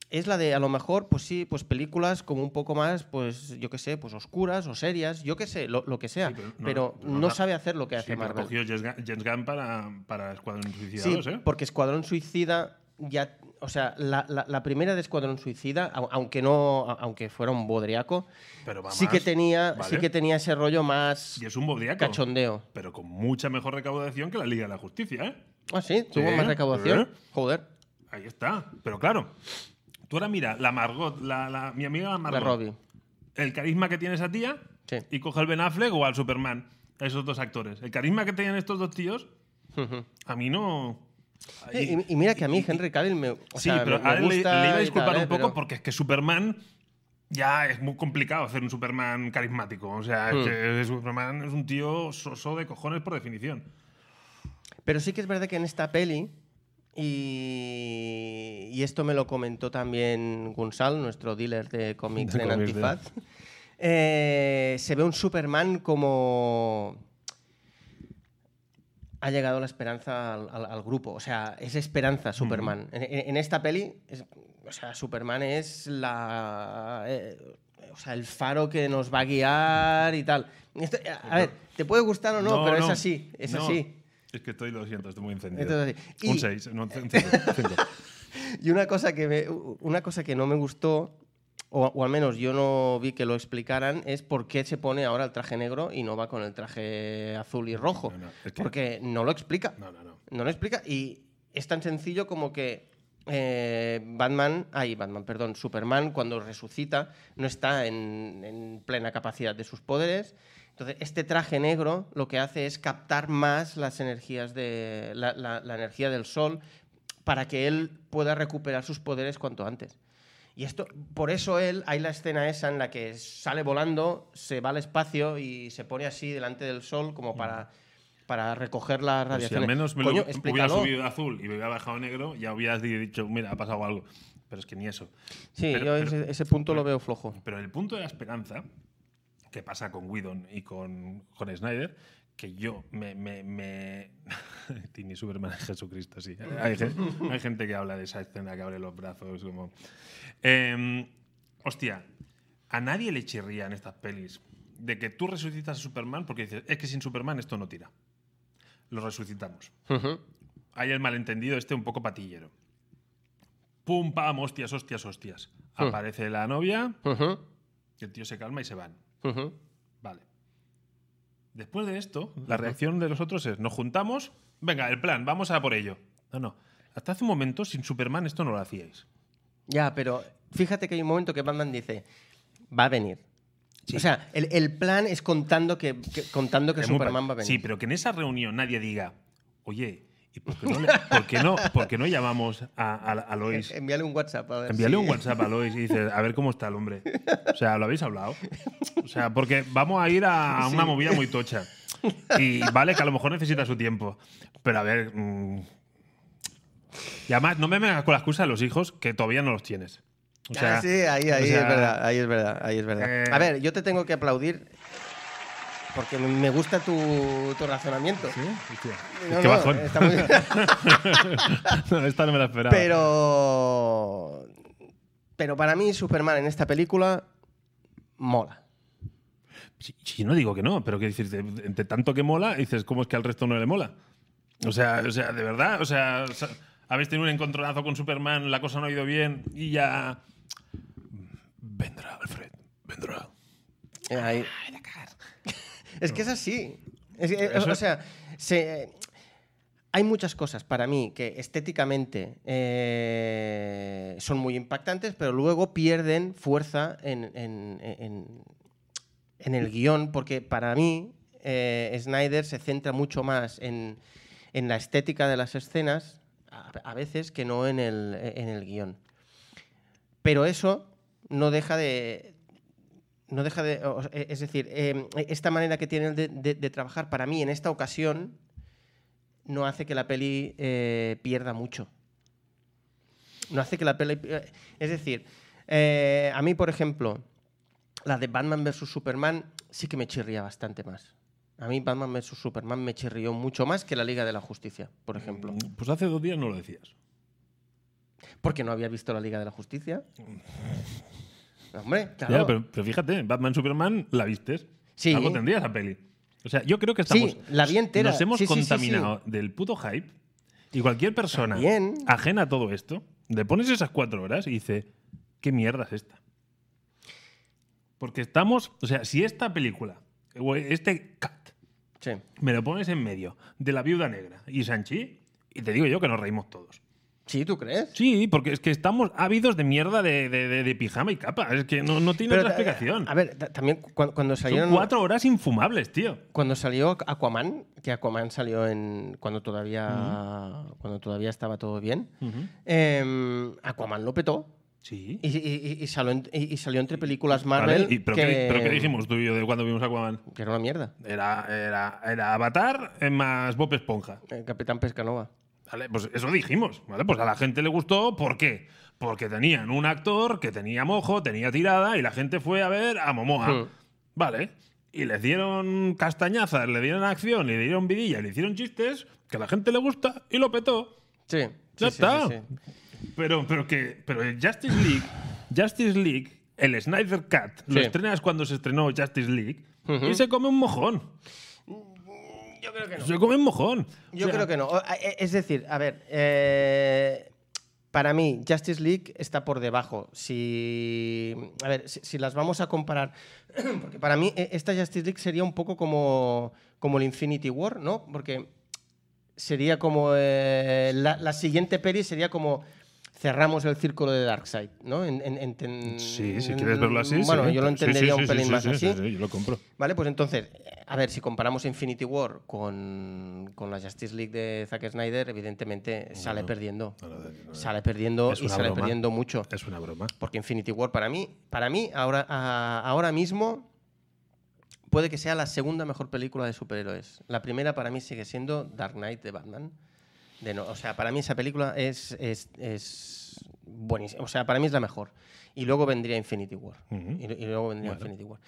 S2: es la de a lo mejor, pues sí, pues películas como un poco más, pues yo qué sé, pues oscuras o serias, yo qué sé, lo, lo que sea.
S1: Sí, pero
S2: pero
S1: no-
S2: no,
S1: no la-
S2: sabe hacer lo que
S1: Sí,
S2: hace
S1: pero
S2: Marvel.
S1: cogió James Gunn- James Gunn para, para Escuadrón
S2: Sí,
S1: Suicidados, ¿eh?
S2: porque Escuadrón Suicida ya. O sea, la, la- la primera de Escuadrón Suicida, au- aunque no. a- aunque fuera un bodriaco,
S1: Pero va
S2: sí que
S1: más,
S2: tenía.
S1: ¿vale?
S2: Sí que tenía ese rollo más
S1: Y es un bodriaco.
S2: cachondeo.
S1: Pero con mucha mejor recaudación que la Liga de la Justicia, ¿eh?
S2: Ah, sí, tuvo
S1: Sí,
S2: más recaudación.
S1: ¿eh?
S2: Joder.
S1: Ahí está. Pero claro, tú ahora mira, la Margot, la, la- mi amiga
S2: La
S1: Margot.
S2: Robbie.
S1: el carisma que tiene esa tía
S2: Sí.
S1: y coge al Ben Affleck o al Superman, a esos dos actores. El carisma que tenían estos dos tíos, a mí no.
S2: *laughs* Eh, y, y mira que a mí Henry Cavill me. o
S1: sí,
S2: sea,
S1: pero
S2: me- me
S1: a él le, le
S2: gusta
S1: iba a
S2: y
S1: disculpar
S2: tal, ¿eh?
S1: un poco
S2: Pero-
S1: porque es que Superman ya es muy complicado hacer un Superman carismático. O sea,
S2: Hmm.
S1: es que Superman es un tío soso de cojones por definición.
S2: Pero sí que es verdad que en esta peli, y, y esto me lo comentó también Gunsal, nuestro dealer de cómics
S1: De
S2: en
S1: cómics, de-
S2: Antifaz, *laughs* eh, se ve un Superman como... ha llegado la esperanza al, al- al grupo. O sea, es esperanza Superman. En- en, en esta peli, es- o sea, Superman es la. eh, o sea, el faro que nos va a guiar y tal. Esto- a ver, te puede gustar o no, pero es así. Es
S1: no.
S2: así.
S1: Es que estoy, lo siento, estoy muy encendido.
S2: Esto es así.
S1: Un
S2: Y-
S1: 6, no, un
S2: *laughs*
S1: cinco, Pues cinco.
S2: Y una cosa que, me- una cosa que no me gustó, o, o al menos yo no vi que lo explicaran, es por qué se pone ahora el traje negro y no va con el traje azul y rojo.
S1: No, no, es que-
S2: Porque no lo explica.
S1: No, no, no.
S2: No lo explica. Y es tan sencillo como que eh, Batman, ay, Batman, perdón, Superman cuando resucita no está en, en plena capacidad de sus poderes. Entonces, este traje negro lo que hace es captar más las energías de la, la- la energía del sol para que él pueda recuperar sus poderes cuanto antes. Y esto, por eso él, hay la escena esa en la que sale volando, se va al espacio y se pone así delante del sol como para, para recoger las
S1: Pero Mm. Pues Si al
S2: radiaciones.
S1: menos me
S2: Coño,
S1: lo hubiera
S2: explícalo.
S1: subido a azul y me hubiera bajado a negro, ya hubieras di- dicho, mira, ha pasado algo. Pero es que ni eso.
S2: Sí,
S1: Pero-
S2: yo
S1: pero-
S2: ese, ese punto lo veo flojo.
S1: Pero el punto de la esperanza, que pasa con Whedon y con, con Snyder, que yo me. me, me- *laughs* Tini Superman es Jesucristo, sí. Hay, gen- hay gente que habla de esa escena que abre los brazos, como. Em, hostia, a nadie le chirría en estas pelis de que tú resucitas a Superman porque dices, es que sin Superman esto no tira. Lo resucitamos. Hay el malentendido este un poco patillero. Pum, pam, hostias, hostias, hostias. Aparece la novia, y el tío se calma y se van. Vale. Después de esto, la reacción de los otros es, nos juntamos, venga, el plan, vamos a por ello. No, no. Hasta hace un momento, sin Superman esto no lo hacíais.
S2: Ya, pero fíjate que hay un momento que Batman dice, va a venir. O sea, el, el plan es contando que, que- contando que
S1: Es muy
S2: Superman
S1: pa-
S2: va a venir. Eh,
S1: Sí, pero que en esa reunión nadie diga, oye, ¿y por qué no,
S2: *laughs*
S1: le- por qué no, por qué no llamamos a, a, a Lois?
S2: Envíale un WhatsApp. a ver
S1: Envíale
S2: si-
S1: un WhatsApp a Lois y dices, a ver cómo está el hombre. O sea, ¿lo habéis hablado? O sea, porque vamos a ir a una movida muy tocha. Y vale que a lo mejor necesita su tiempo. Pero a ver. mm. Y además, no me vengas con la excusa de los hijos que todavía no los tienes. O sea,
S2: ah, sí, ahí, ahí
S1: o sea,
S2: es verdad, ahí es verdad, ahí es verdad.
S1: eh,
S2: a ver, yo te tengo que aplaudir porque me gusta tu, tu razonamiento.
S1: ¿sí? ¿eh? Hostia,
S2: No,
S1: qué
S2: no,
S1: bajón.
S2: está muy bien.
S1: *laughs*
S2: *laughs*
S1: No, esta no me la esperaba.
S2: pero, pero para mí Superman en esta película mola.
S1: Sí, sí, no digo que no, pero que dices, de, de tanto que mola, dices, ¿cómo es que al resto no le mola? O sea, o sea, de verdad, o sea, o sea, habéis tenido un encontronazo con Superman, la cosa no ha ido bien y ya. Vendrá, Alfred, vendrá.
S2: Eh, ahí- *laughs* Es que es así. Es- eh,
S1: Eso-
S2: o sea, se- hay muchas cosas para mí que estéticamente eh, son muy impactantes, pero luego pierden fuerza en, en- en- en el guión, porque para mí eh, Snyder se centra mucho más en, en la estética de las escenas, a, a veces, que no en el, en el guión. Pero eso no deja de, no deja de. o- o- Es decir, eh, esta manera que tienen de, de- de trabajar, para mí, en esta ocasión, no hace que la peli eh, pierda mucho. No hace que la peli. Es decir, eh, a mí, por ejemplo, la de Batman vs Superman sí que me chirría bastante más. A mí, Batman vs Superman me chirrió mucho más que la Liga de la Justicia, por ejemplo.
S1: Pues hace dos días no lo decías.
S2: Porque no había visto la Liga de la Justicia. Hombre, claro.
S1: Ya, pero, pero fíjate, Batman Superman la vistes.
S2: Sí.
S1: Algo tendría esa peli. O sea, yo creo que
S2: Sí,
S1: estamos.
S2: la vi entera.
S1: Nos hemos
S2: Sí, sí, sí, sí.
S1: contaminado del puto hype y cualquier persona
S2: También.
S1: ajena a todo esto, le pones esas cuatro horas y dice, ¿qué mierda es esta? Porque estamos. O sea, si esta película, o este cat,
S2: Sí.
S1: me lo pones en medio de La Viuda Negra y Sanchi, y te digo yo que nos reímos todos.
S2: Sí, ¿tú crees?
S1: Sí, porque es que estamos ávidos de mierda de, de- de- de pijama y capa. Es que no, no tiene
S2: Pero
S1: otra
S2: ta-
S1: explicación.
S2: A ver, ta- también cu- cuando, salieron.
S1: Son cuatro horas infumables, tío.
S2: Cuando salió Aqu- Aquaman, que Aquaman salió en. cuando todavía. cuando todavía estaba todo bien. em, Aquaman lo petó.
S1: Sí.
S2: Y, y- y- y salió, en- y- y salió entre películas Marvel.
S1: pero,
S2: que,
S1: ¿qué, pero qué dijimos tú y yo de cuando vimos Aquaman?
S2: Que era una mierda.
S1: Era, era, era Avatar eh, más Bob Esponja.
S2: Eh, Capitán Pescanova.
S1: ¿Vale? Pues eso dijimos. ¿vale? Pues a la gente le gustó. ¿Por qué? Porque tenían un actor que tenía mojo, tenía tirada y la gente fue a ver a Momoa.
S2: Hmm.
S1: Vale. y les dieron castañazas, le dieron acción, le dieron vidilla, le hicieron chistes, que a la gente le gusta y lo petó.
S2: Sí.
S1: Ya
S2: sí, sí, sí,
S1: está.
S2: sí.
S1: Pero, pero que. Pero el Justice League. Justice League, el Snyder Cut, lo
S2: Sí.
S1: estrenas cuando se estrenó Justice League.
S2: Ujú.
S1: Y se come un mojón.
S2: Yo creo que no.
S1: Se come un mojón.
S2: Yo creo que no. O- a- e- Es decir, a ver, eh, para mí Justice League está por debajo. Si, a ver, si, si las vamos a comparar, *clears throat* porque para mí e- esta Justice League sería un poco como, como el Infinity War, ¿no? Porque sería como eh, la, la siguiente peli sería como cerramos el círculo de Darkseid, ¿no? En- en- enten-
S1: Sí, si quieres verlo así.
S2: Mm, Bueno,
S1: sí.
S2: yo lo
S1: Sí, sí,
S2: entendería
S1: sí,
S2: un
S1: sí,
S2: pelín
S1: sí,
S2: más
S1: sí,
S2: así.
S1: sí, sí, yo lo compro.
S2: Vale, pues entonces, eh, a ver, si comparamos Infinity War con, con la Justice League de Zack Snyder, evidentemente sale perdiendo. Sale perdiendo
S1: Ah, Es
S2: y
S1: una
S2: sale
S1: broma.
S2: perdiendo mucho.
S1: Es una broma.
S2: Porque Infinity War para mí, para mí ahora, a- ahora mismo puede que sea la segunda mejor película de superhéroes. La primera para mí sigue siendo Dark Knight de Batman. De no, o sea, para mí esa película es, es, es buenísima. O sea, para mí es la mejor. Y luego vendría Infinity War.
S1: Ujú.
S2: y, lu- y luego vendría Infinity War.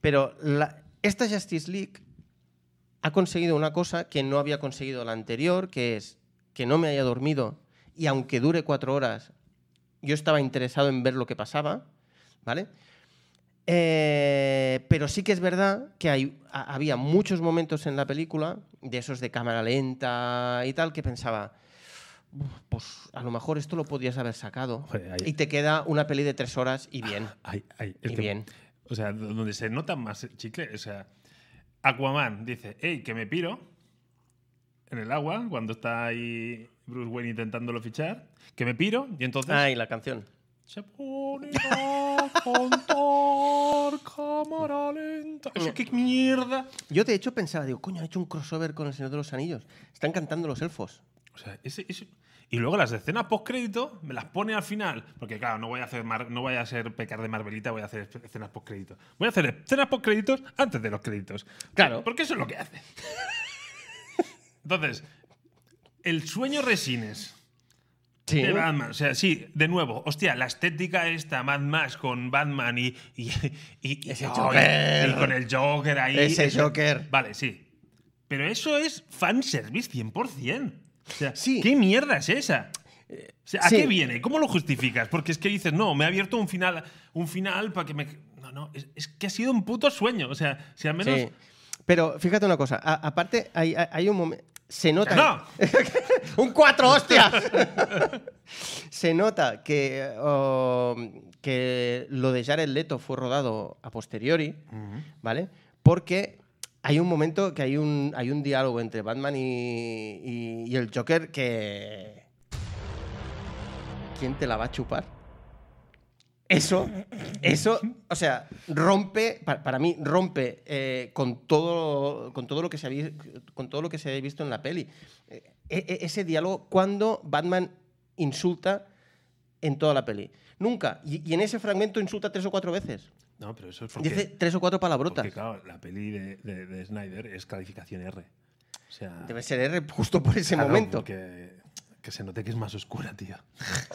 S2: Pero la- esta Justice League ha conseguido una cosa que no había conseguido la anterior, que es que no me haya dormido y aunque dure cuatro horas, yo estaba interesado en ver lo que pasaba, ¿vale? Eh, pero sí que es verdad que hay- ha- había muchos momentos en la película, de esos de cámara lenta y tal, que pensaba, "Uf, pues a lo mejor esto lo podías haber sacado.
S1: Joder, ahí-
S2: y te queda una peli de tres horas y bien.
S1: Ay, ay,
S2: Y bien.
S1: O sea, d- donde se nota más el chicle. O sea, Aquaman dice, hey, que me piro en el agua cuando está ahí Bruce Wayne intentándolo fichar. Que me piro y entonces...
S2: Ah, y la canción.
S1: Se pone a contar cámara lenta. Eso, ¿Qué mierda?
S2: Yo de hecho pensaba, digo, coño, ha hecho un crossover con El Señor de los Anillos. Están cantando los elfos.
S1: O sea, ese- ese- Y luego las escenas post-crédito me las pone al final. Porque, claro, no voy a hacer mar- no voy a ser pecar de Marvelita, voy a hacer esce- escenas post-crédito. Voy a hacer escenas post-créditos antes de los créditos.
S2: Claro.
S1: Porque eso es lo que hace. *laughs* Entonces, el sueño resines.
S2: Sí.
S1: De Batman, o sea, sí, de nuevo, hostia, la estética esta, Mad Max con Batman y. y, y- y-
S2: Ese
S1: ay,
S2: Joker.
S1: y con el Joker ahí.
S2: Ese Joker.
S1: Vale, sí. Pero eso es fanservice 100%. O sea,
S2: Sí.
S1: ¿qué mierda es esa? O sea, ¿A
S2: sí.
S1: qué viene? ¿Cómo lo justificas? Porque es que dices, no, me ha abierto un final, un final para que me. No, no, es, es que ha sido un puto sueño. O sea, si al menos.
S2: Sí. Pero fíjate una cosa, a- aparte hay, hay- hay un momento... Se nota...
S1: Ah, ¡No!
S2: ¡Un 4, hostias! *laughs* Se nota que, um, que lo de Jared Leto fue rodado a posteriori, ¿vale? Porque hay un momento que hay un, hay un diálogo entre Batman y, y- y el Joker que... ¿Quién te la va a chupar? Eso, eso, o sea, rompe, pa- para, mí, rompe eh, con, todo, con, todo lo que se había, con todo lo que se había visto en la peli. Eh, e- ese diálogo cuando Batman insulta en toda la peli. Nunca. Y, y en ese fragmento insulta tres o cuatro veces.
S1: No, pero eso es porque.
S2: Dice tres o cuatro palabrotas.
S1: Porque, claro, la peli de, de- de Snyder es calificación R. O sea,
S2: Debe ser R justo por ese
S1: claro,
S2: momento.
S1: Ah, porque- que se note que es más oscura, tío.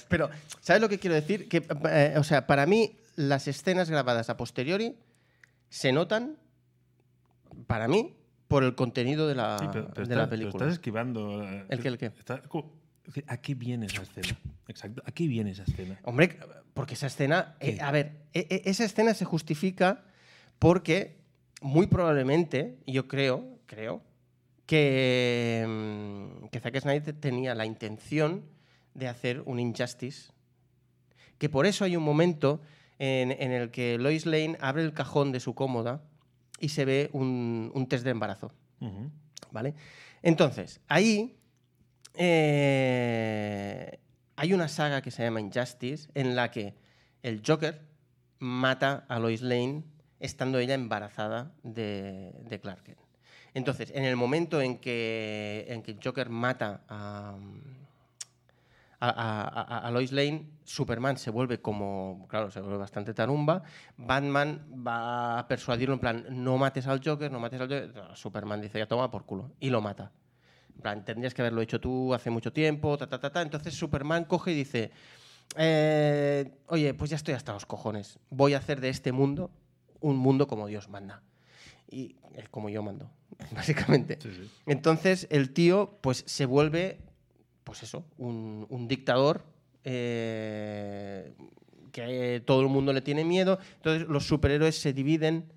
S2: Pero, ¿sabes lo que quiero decir? Que, eh, o sea, para mí, las escenas grabadas a posteriori se notan, para mí, por el contenido de la,
S1: Sí, pero- pero
S2: Ah, de
S1: estás-
S2: la
S1: pero
S2: película.
S1: estás esquivando. eh,
S2: ¿El qué, el qué?
S1: está- co- es decir, ¿A qué viene esa escena? Exacto. ¿A qué viene esa escena?
S2: Hombre, porque esa escena. eh,
S1: ¿Qué?
S2: a ver, e- e- esa escena se justifica porque muy probablemente, yo creo, creo, que, mm, que Zack Snyder tenía la intención de hacer un injustice. Que por eso hay un momento en, en el que Lois Lane abre el cajón de su cómoda y se ve un- un test de embarazo.
S1: Ujú.
S2: ¿Vale? Entonces, ahí eh, hay una saga que se llama Injustice en la que el Joker mata a Lois Lane estando ella embarazada de, de Clark Kent. Entonces, en el momento en que, en que el Joker mata a, a, a- a- a Lois Lane, Superman se vuelve como, claro, se vuelve bastante tarumba, Batman va a persuadirlo en plan, no mates al Joker, no mates al Joker, Superman dice, ya toma por culo, y lo mata. En plan, tendrías que haberlo hecho tú hace mucho tiempo, ta, ta, ta, ta. Entonces Superman coge y dice, eh, oye, pues ya estoy hasta los cojones, voy a hacer de este mundo un mundo como Dios manda. y el como yo mando, *laughs* básicamente.
S1: Sí, sí.
S2: Entonces el tío pues se vuelve, pues eso, un, un dictador eh, que todo el mundo le tiene miedo. Entonces los superhéroes se dividen.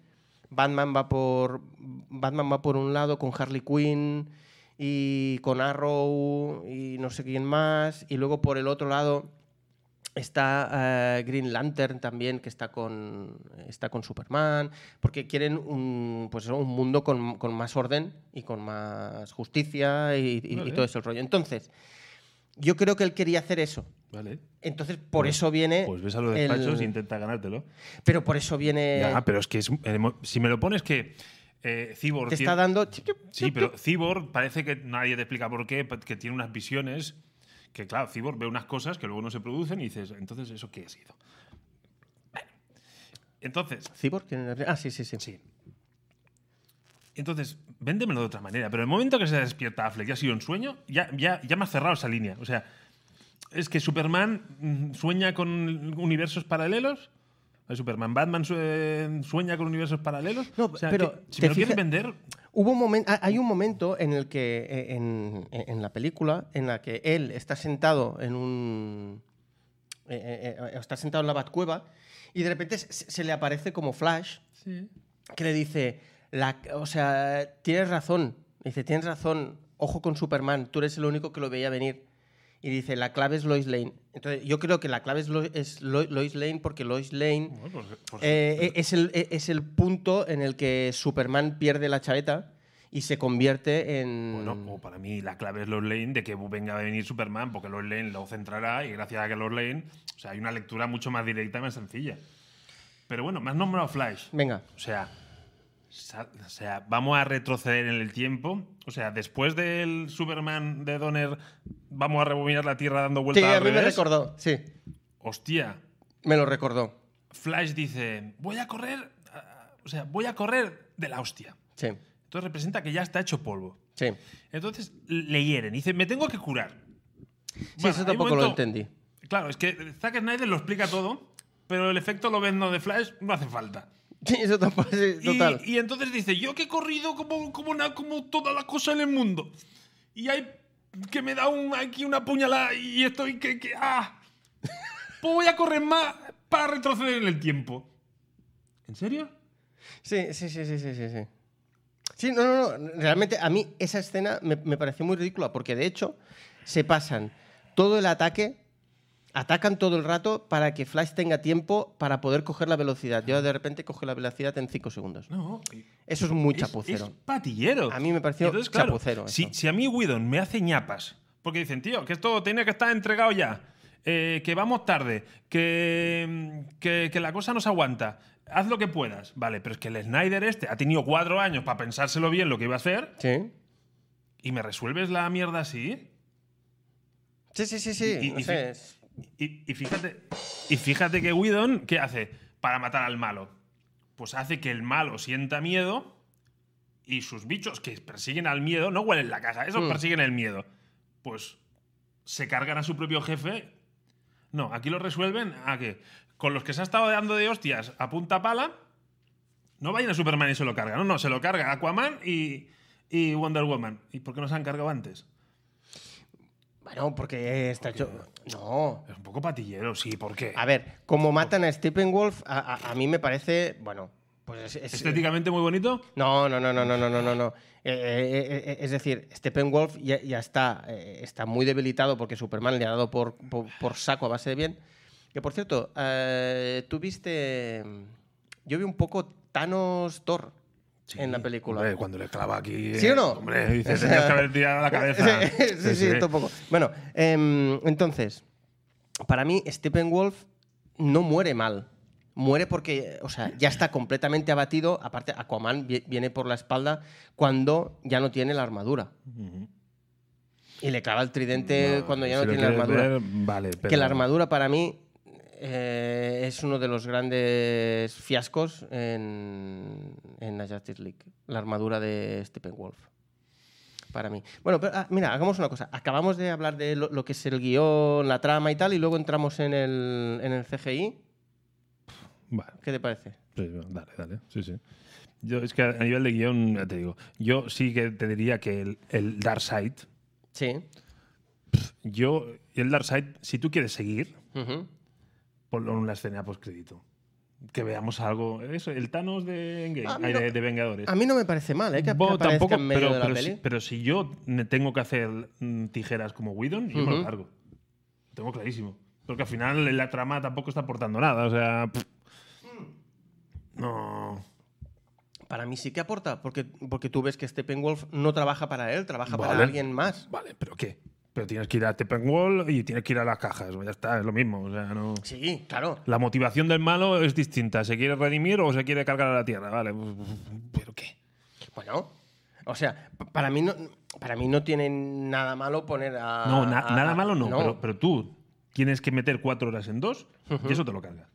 S2: Batman va por Batman va por un lado con Harley Quinn y con Arrow y no sé quién más y luego por el otro lado está eh, Green Lantern también que está con está con Superman porque quieren un pues eso, un mundo con, con más orden y con más justicia y, y- y
S1: Vale.
S2: todo ese rollo entonces yo creo que él quería hacer eso
S1: Vale.
S2: entonces por eso viene
S1: Pues ves a los
S2: Eh, el- eh,
S1: despachos e intenta ganártelo.
S2: pero por eso viene
S1: Ya, pero es que es- si me lo pones que eh, Cyborg
S2: te
S1: tiene-
S2: está dando
S1: Sí, pero Cyborg parece que nadie te explica por qué, pa- que tiene unas visiones que, claro, Cyborg ve unas cosas que luego no se producen y dices, entonces, ¿eso qué ha sido? Bueno. Entonces,
S2: Cyborg tiene una- ah sí sí sí
S1: sí. Entonces, véndemelo de otra manera, pero el momento que se despierta Affleck, ya ha sido un sueño, ya, ya, ya me ha cerrado esa línea. O sea, es que Superman mm, sueña con universos paralelos. eh, Superman, Batman sue- sueña con universos paralelos.
S2: No,
S1: O sea,
S2: pero
S1: que si
S2: te
S1: me lo quieres
S2: fija-
S1: vender,
S2: Hubo un momen- ha- hay un momento en el que eh, en, en- en la película en la que él está sentado en un eh, eh, eh, está sentado en la Batcueva y de repente se, se le aparece como Flash que le dice la, o sea tienes razón dice tienes razón ojo con Superman tú eres el único que lo veía venir y dice la clave es Lois Lane entonces yo creo que la clave es, Lo- es Lo- Lois Lane porque Lois Lane
S1: Bueno, pues- pues-
S2: eh, es, el, eh, es el punto en el que Superman pierde la chaveta y se convierte en.
S1: Bueno, o para mí la clave es Lois Lane de que venga a venir Superman, porque Lois Lane lo centrará y gracias a que Lois Lane, o sea, hay una lectura mucho más directa y más sencilla. Pero bueno, me has nombrado Flash.
S2: Venga.
S1: O sea, sa- o sea, vamos a retroceder en el tiempo. O sea, después del Superman de Donner, vamos a rebobinar la Tierra dando
S2: Sí,
S1: vueltas
S2: a
S1: al
S2: mí me
S1: revés.
S2: recordó. Sí,
S1: Hostia,
S2: me lo recordó.
S1: Flash dice, voy a correr, ah, o sea, voy a correr de la hostia.
S2: Sí,
S1: Entonces representa que ya está hecho polvo.
S2: sí.
S1: Entonces le hieren. Dice, me tengo que curar.
S2: Sí,
S1: Bueno, hay
S2: eso
S1: un
S2: tampoco lo
S1: momento-
S2: entendí. *laughs*
S1: Claro, es que Zack Snyder lo explica todo, pero el efecto lo vendo de Flash no hace falta.
S2: Sí, eso tampoco. sí,
S1: Y-
S2: total.
S1: Y, entonces dice, yo que he corrido como, como, una- como toda la cosa en el mundo. Y hay que me da un, aquí una puñalada y estoy que... que- ¡Ah! Pues voy a correr más para retroceder en el tiempo. ¿En serio?
S2: Sí, sí, sí, sí, sí, sí, sí. Sí, no, no, no. Realmente a mí esa escena me, me pareció muy ridícula porque de hecho se pasan todo el ataque, atacan todo el rato para que Flash tenga tiempo para poder coger la velocidad. Yo de repente coge la velocidad en 5 segundos.
S1: No.
S2: Eso es muy
S1: es-
S2: chapucero.
S1: Es, patillero.
S2: A mí me pareció
S1: Entonces, claro,
S2: chapucero
S1: Si,
S2: eso.
S1: si a mí Whedon me hace ñapas, porque dicen, tío, que esto tiene que estar entregado ya, eh, que vamos tarde, que, que, que la cosa nos aguanta, haz lo que puedas. Vale, pero es que el Snyder este ha tenido cuatro años para pensárselo bien lo que iba a hacer
S2: Sí.
S1: y me resuelves la mierda así.
S2: Sí, sí, sí, sí.
S1: Y- y-
S2: no
S1: y
S2: sé,
S1: fi-
S2: es-
S1: Y, y fíjate, y fíjate que Whedon, ¿qué hace para matar al malo? Pues hace que el malo sienta miedo y sus bichos que persiguen al miedo no huelen la caja, esos
S2: Hmm.
S1: persiguen el miedo. Pues se cargan a su propio jefe. No, aquí lo resuelven a que con los que se ha estado dando de hostias a punta pala, no vayan a Superman y se lo cargan. No, no, se lo carga Aquaman y, y Wonder Woman. ¿Y por qué no se han cargado antes?
S2: Bueno, porque está hecho. No.
S1: Es un poco patillero, sí, ¿por qué?
S2: A ver, como matan a Steppenwolf, a, a- a mí me parece. Bueno, pues es. es-
S1: Estéticamente muy bonito.
S2: no, no, no, no, no, no, no, no, no. Eh, eh, eh, eh, es decir, Steppenwolf ya, ya está, eh, está muy debilitado porque Superman le ha dado por, por- por saco a base de bien. Que por cierto, eh, tú viste. Yo vi un poco Thanos Thor en la película.
S1: Hombre, cuando le clava aquí.
S2: ¿Sí o no?
S1: Hombre,
S2: O *laughs*
S1: dice,
S2: sea,
S1: tenías que haber tirado la cabeza.
S2: sí, *laughs* sí, sí, esto poco. Bueno, em, entonces, para mí, Steppenwolf no muere mal. Muere porque, o sea, ya está completamente abatido. Aparte, Aquaman vi- viene por la espalda cuando ya no tiene la armadura. Y le clava el tridente cuando ya no tiene la armadura.
S1: vale, pero.
S2: Que la armadura para mí eh, es uno de los grandes fiascos en, en la Justice League. La armadura de Steppenwolf. Para mí. Bueno, pero, ah, mira, hagamos una cosa. Acabamos de hablar de lo, lo que es el guión, la trama y tal, y luego entramos en el, en el CGI.
S1: Vale,
S2: ¿Qué te parece?
S1: pues, sí, dale, dale. Sí, sí. Yo, es que a nivel de guión, ya te digo, yo sí que te diría que el, el Dark Side,
S2: Sí.
S1: yo, el Dark Side, si tú quieres seguir,
S2: Ujú.
S1: ponlo en una escena postcrédito. Que veamos algo. Eso, el Thanos de, Endgame,
S2: A mí
S1: ay,
S2: no-
S1: de, de Vengadores.
S2: A mí no me parece mal, ¿eh? Que, que
S1: Bo-
S2: aparezca
S1: tampoco,
S2: en medio
S1: pero,
S2: de la
S1: pero
S2: peli.
S1: si, pero si yo me tengo que hacer mm, tijeras como Whedon, yo me lo
S2: Ujú.
S1: cargo. Lo tengo clarísimo. Porque al final la trama tampoco está aportando nada. O sea. pff. No.
S2: Para mí sí que aporta, porque, porque tú ves que Steppenwolf no trabaja para él, trabaja para
S1: Vale.
S2: alguien más.
S1: Vale, pero ¿qué? Pero tienes que ir a Teppenwall y tienes que ir a las cajas. pues Ya está, es lo mismo. O sea, no.
S2: Sí, claro.
S1: La motivación del malo es distinta. ¿Se quiere redimir o se quiere cargar a la tierra? Vale. pues, ¿Pero qué?
S2: Bueno, o sea, p- para mí no, para mí no tiene nada malo poner a.
S1: No, na-
S2: a-
S1: nada malo no, Pero, pero tú tienes que meter cuatro horas en dos y eso te lo cargas.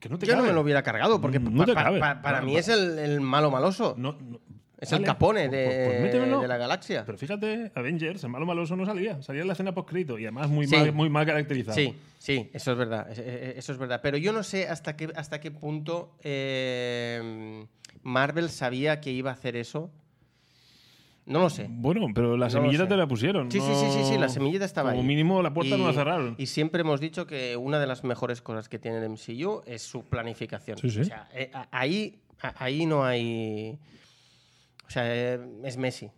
S1: Que no te
S2: Yo no
S1: cabe.
S2: me lo hubiera cargado, porque
S1: No te
S2: pa- pa-
S1: cabe.
S2: pa- para
S1: No,
S2: mí
S1: no.
S2: es el, el malo maloso.
S1: No, no.
S2: es
S1: Vale,
S2: el capone
S1: pues-
S2: de,
S1: pues métemelo.
S2: de la galaxia.
S1: Pero fíjate, Avengers, el malo maloso no salía. Salía en la escena poscrito y además muy,
S2: Sí.
S1: mal, muy mal caracterizado.
S2: Sí, sí, eso es verdad. es- e- e- Eso es verdad. Pero yo no sé hasta qué, hasta qué punto eh, Marvel sabía que iba a hacer eso. No lo sé.
S1: Bueno, pero la
S2: No
S1: semillita
S2: lo sé.
S1: te la pusieron.
S2: Sí, sí, sí, sí, sí, la semillita estaba
S1: Como
S2: ahí.
S1: mínimo la puerta no la cerraron.
S2: Y siempre hemos dicho que una de las mejores cosas que tiene el MCU es su planificación.
S1: Sí, sí.
S2: O sea, eh, a- ahí, a- ahí no hay. O sea, eh, es Messi.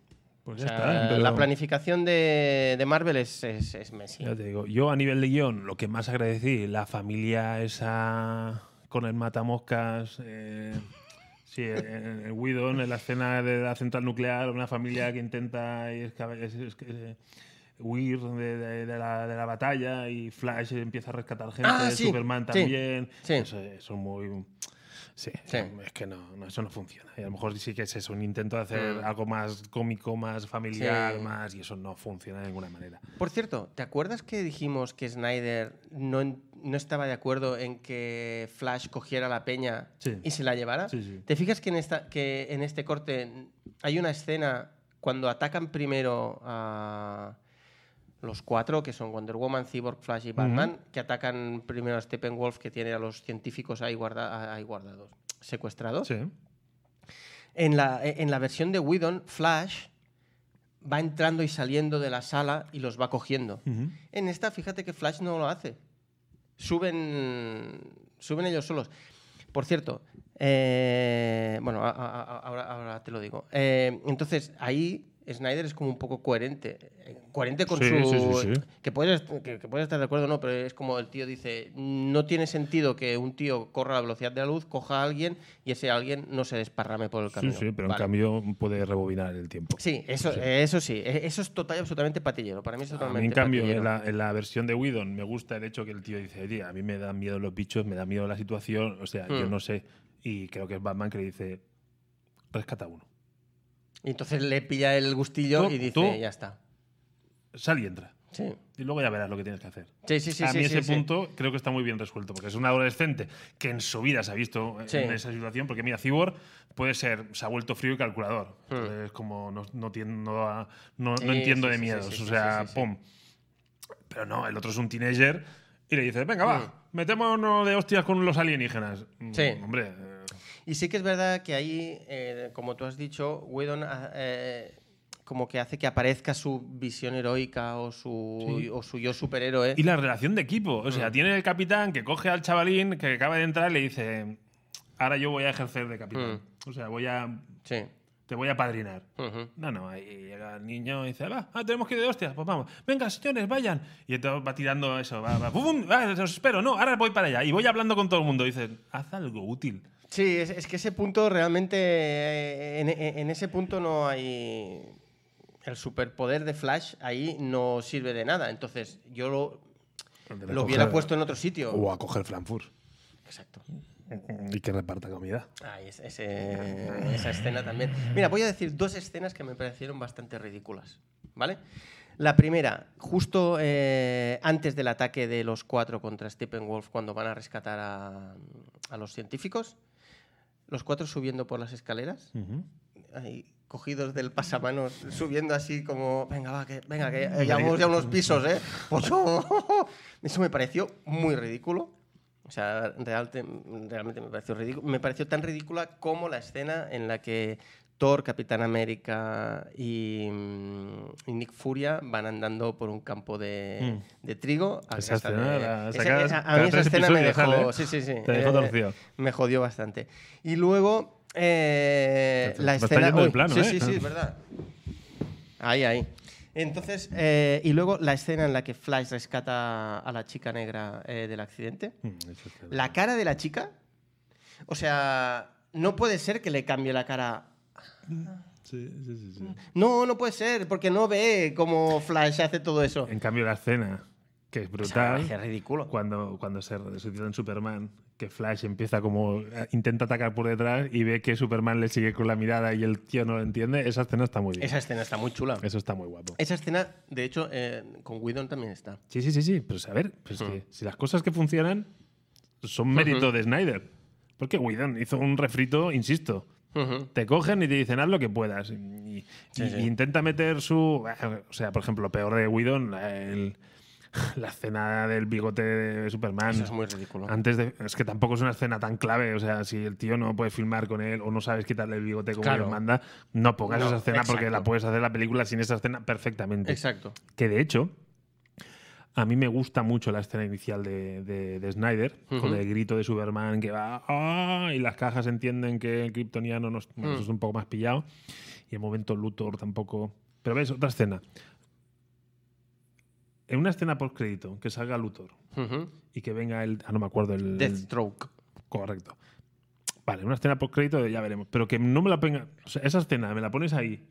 S1: Pues
S2: O
S1: ya
S2: sea,
S1: está. pero-
S2: La planificación de, de Marvel es, es, es Messi.
S1: Ya te digo, yo a nivel de guión, lo que más agradecí, la familia esa con el matamoscas, eh, sí, el, el Whedon, en la escena de la central nuclear, una familia que intenta esca- es- es- eh, huir de, de- de la, de la batalla y Flash empieza a rescatar gente,
S2: Ah, sí,
S1: Superman
S2: sí,
S1: también.
S2: sí.
S1: Eso, eso es muy... Sí,
S2: Sí.
S1: es que no, no, eso no funciona. Y a lo mejor sí que es eso, un intento de hacer
S2: Mm.
S1: algo más cómico, más familiar,
S2: Sí.
S1: más, y eso no funciona de ninguna manera.
S2: Por cierto, ¿te acuerdas que dijimos que Snyder no, en- no estaba de acuerdo en que Flash cogiera la peña
S1: Sí.
S2: y se la llevara?
S1: Sí, sí.
S2: ¿Te fijas que en, esta, que en este corte hay una escena cuando atacan primero a los cuatro, que son Wonder Woman, Cyborg, Flash y Batman, que atacan primero a Steppenwolf, que tiene a los científicos ahí, guarda- ahí guardados, secuestrados?
S1: Sí.
S2: En la, en la versión de Whedon, Flash va entrando y saliendo de la sala y los va cogiendo.
S1: Ujú.
S2: En esta, fíjate que Flash no lo hace. Suben, suben ellos solos. Por cierto, eh, bueno, a- a- a- ahora, ahora te lo digo. Eh, entonces, ahí Snyder es como un poco coherente. Eh, Coherente con
S1: Sí,
S2: su...
S1: sí, sí, sí.
S2: Que, puedes, que, que puedes estar de acuerdo o no, pero es como el tío dice, no tiene sentido que un tío corra a la velocidad de la luz, coja a alguien y ese alguien no se desparrame por el camino.
S1: Sí, sí, pero en
S2: Vale.
S1: cambio puede rebobinar el tiempo.
S2: Sí, eso, eh, eso sí. eh, Eso es total y absolutamente patillero. Para mí es
S1: A
S2: totalmente
S1: mí, en cambio,
S2: patillero.
S1: en la, en la versión de Whedon me gusta el hecho que el tío dice, oye, a mí me dan miedo los bichos, me da miedo la situación, o sea, yo
S2: Hmm.
S1: no sé. Y creo que es Batman que le dice, rescata uno.
S2: Y entonces le pilla el gustillo
S1: Tú-
S2: y dice,
S1: tú-
S2: ya está.
S1: Sal y entra.
S2: Sí,
S1: Y luego ya verás lo que tienes que hacer.
S2: sí, sí. sí
S1: a
S2: sí,
S1: mí
S2: sí,
S1: ese
S2: sí.
S1: punto creo que está muy bien resuelto, porque es un adolescente que en su vida se ha visto
S2: Sí.
S1: en esa situación, porque mira, Cyborg puede ser, se ha vuelto frío y calculador. Entonces, como no, no, tien- no, ha- no-
S2: Hmm. Sí,
S1: no entiendo
S2: sí,
S1: de
S2: sí, sí,
S1: miedos,
S2: sí,
S1: o
S2: sí,
S1: sea,
S2: sí, sí, sí.
S1: pum. Pero no, el otro es un teenager y le dice, venga, va, metémonos de hostias con los alienígenas. Mm,
S2: Hmm. Sí.
S1: Hombre, eh,
S2: Y sí que es verdad que ahí, eh, como tú has dicho, Whedon ah, eh, como que hace que aparezca su visión heroica o su,
S1: Sí.
S2: o su yo superhéroe.
S1: Y la relación de equipo. O
S2: Hmm.
S1: sea, tiene el capitán que coge al chavalín que acaba de entrar y le dice, ahora yo voy a ejercer de capitán.
S2: Hmm.
S1: O sea, voy a,
S2: Sí.
S1: te voy a padrinar.
S2: Ujú.
S1: No, no, ahí llega el niño y dice, va, ah, tenemos que ir de hostias, pues vamos, venga, señores, vayan. Y entonces va tirando eso, va, va, bum, bum, va, os espero, no, ahora voy para allá. Y voy hablando con todo el mundo, dices, haz algo útil.
S2: Sí, es, es que ese punto realmente, eh, en, en- en ese punto no hay... El superpoder de Flash ahí no sirve de nada. Entonces, yo lo, lo hubiera puesto en otro sitio.
S1: O a coger Frankfurt
S2: Exacto.
S1: y que reparta comida.
S2: Ay, es- ese- esa escena también. Mira, voy a decir dos escenas que me parecieron bastante ridículas, ¿vale? La primera, justo eh, antes del ataque de los cuatro contra Steppenwolf, cuando van a rescatar a, a los científicos, los cuatro subiendo por las escaleras, ahí, cogidos del pasamanos, subiendo así como, venga, va, que, venga, que *laughs* eh, ya vamos ya a unos pisos, ¿eh? Pues, eso me pareció muy ridículo. O sea, realte- realmente me pareció ridículo. Me pareció tan ridícula como la escena en la que Thor, Capitán América y, mm, y Nick Furia van andando por un campo de, de trigo. a
S1: Mm. Esa
S2: casa
S1: escena
S2: de-
S1: la
S2: Ah, esa-
S1: sacas
S2: esa- a
S1: cada
S2: mí esa
S1: tres
S2: escena me
S1: episodios,
S2: dejó,
S1: sale, ¿eh?
S2: sí, sí, sí, eh.
S1: Te dejó torcido.
S2: me jodió bastante. Y luego eh,
S1: Te- te-
S2: la
S1: te está
S2: escena.
S1: yendo de
S2: uy,
S1: plano,
S2: sí,
S1: ¿eh?
S2: sí, sí, es verdad. Ahí, ahí. Entonces, eh, y luego la escena en la que Flash rescata a la chica negra eh, del accidente. La cara de la chica. O sea, no puede ser que le cambie la cara.
S1: Sí, sí, sí, sí.
S2: No, no puede ser, porque no ve cómo Flash hace todo eso.
S1: En cambio, la escena, que es
S2: O sea, me
S1: brutal,
S2: parece ridículo.
S1: cuando, cuando se resucita en Superman, que Flash empieza como. eh, intenta atacar por detrás y ve que Superman le sigue con la mirada y el tío no lo entiende. Esa escena está muy bien.
S2: Esa escena está muy chula.
S1: Eso está muy guapo.
S2: Esa escena, de hecho, eh, con Whedon también está.
S1: Sí, sí, sí, sí. Pero a ver, pues
S2: Hmm.
S1: que si las cosas que funcionan pues, son mérito de Snyder. Porque Whedon hizo un refrito, insisto.
S2: Ujú.
S1: Te cogen y te dicen haz lo que puedas. Y, y-
S2: Sí,
S1: y
S2: sí.
S1: intenta meter su. O sea, por ejemplo, lo peor de Whedon, la, el- *laughs* la escena del bigote de Superman.
S2: Eso es muy ridículo.
S1: Antes de. Es que tampoco es una escena tan clave. O sea, si el tío no puede filmar con él o no sabes quitarle el bigote como
S2: Claro.
S1: él manda, no pongas
S2: No,
S1: esa escena porque
S2: exacto.
S1: la puedes hacer la película sin esa escena perfectamente.
S2: Exacto.
S1: Que de hecho, a mí me gusta mucho la escena inicial de, de- de Snyder, con el grito de Superman que va "Ah", y las cajas entienden que el kryptoniano no es, bueno, eso es un poco más pillado. Y el momento Luthor tampoco. Pero ves, otra escena. En una escena post crédito, que salga Luthor
S2: Ujú.
S1: y que venga el. Ah, no me acuerdo el.
S2: Deathstroke.
S1: Correcto. Vale, una escena post crédito ya veremos. Pero que no me la ponga. o sea, esa escena, ¿me la pones ahí?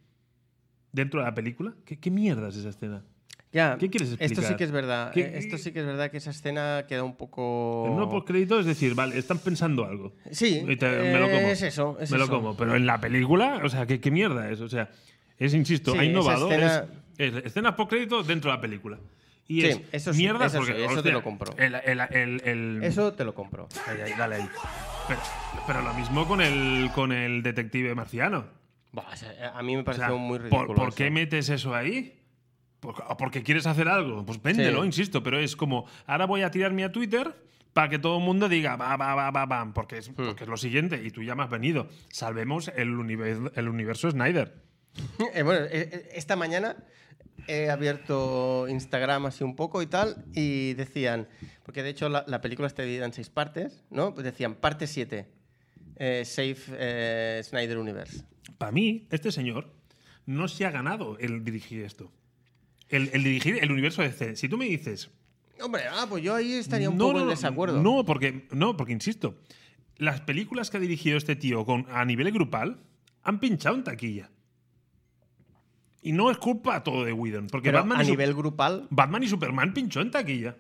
S1: ¿Dentro de la película? ¿Qué, qué mierda es esa escena?
S2: Ya,
S1: ¿Qué quieres
S2: Esto sí
S1: explicar?
S2: que es verdad.
S1: ¿Qué-
S2: eh, Esto sí que es verdad que esa escena queda un poco.
S1: El no por crédito es decir, vale, están pensando algo.
S2: Sí,
S1: Y te- me lo como.
S2: es eso, es
S1: me lo
S2: eso.
S1: como. Pero en la película, o sea, ¿qué, qué mierda es? O sea, es, insisto,
S2: Sí,
S1: ha innovado.
S2: esa escena-
S1: es- es escenas por crédito dentro de la película. Y
S2: Sí,
S1: es
S2: eso sí,
S1: mierda
S2: eso
S1: porque.
S2: sí, eso te lo compro.
S1: El, el- el- el-
S2: Eso te lo compro.
S1: Ahí, ahí, dale ahí. Pero, pero lo mismo con el, con el detective marciano.
S2: Buah, o sea, a mí me
S1: O sea,
S2: pareció muy
S1: ¿por-
S2: ridículo.
S1: ¿Por, qué
S2: eso.
S1: metes eso ahí? ¿Por- o porque quieres hacer algo? Pues véndelo,
S2: Sí.
S1: insisto, pero es como, ahora voy a tirarme a Twitter para que todo el mundo diga, va, va, va, va, va, porque
S2: Hmm.
S1: es, porque es lo siguiente, y tú ya me has venido. Salvemos el, universo, el universo Snyder.
S2: *laughs* Eh, bueno, eh, eh, esta mañana he abierto Instagram así un poco y tal, y decían, porque de hecho la, la película está dividida en seis partes, ¿no? Pues decían, parte 7, Safe eh, Snyder Universe.
S1: Para mí, este señor no se ha ganado el dirigir esto. El, el dirigir el universo DC. Si tú me dices,
S2: Hombre, ah, pues yo ahí estaría un poco en desacuerdo.
S1: No, porque, no, porque insisto, las películas que ha dirigido este tío con, a nivel grupal han pinchado en taquilla. Y no es culpa todo de Whedon, porque
S2: Pero
S1: Batman,
S2: a
S1: y Su-
S2: nivel grupal,
S1: Batman y Superman pinchó en taquilla.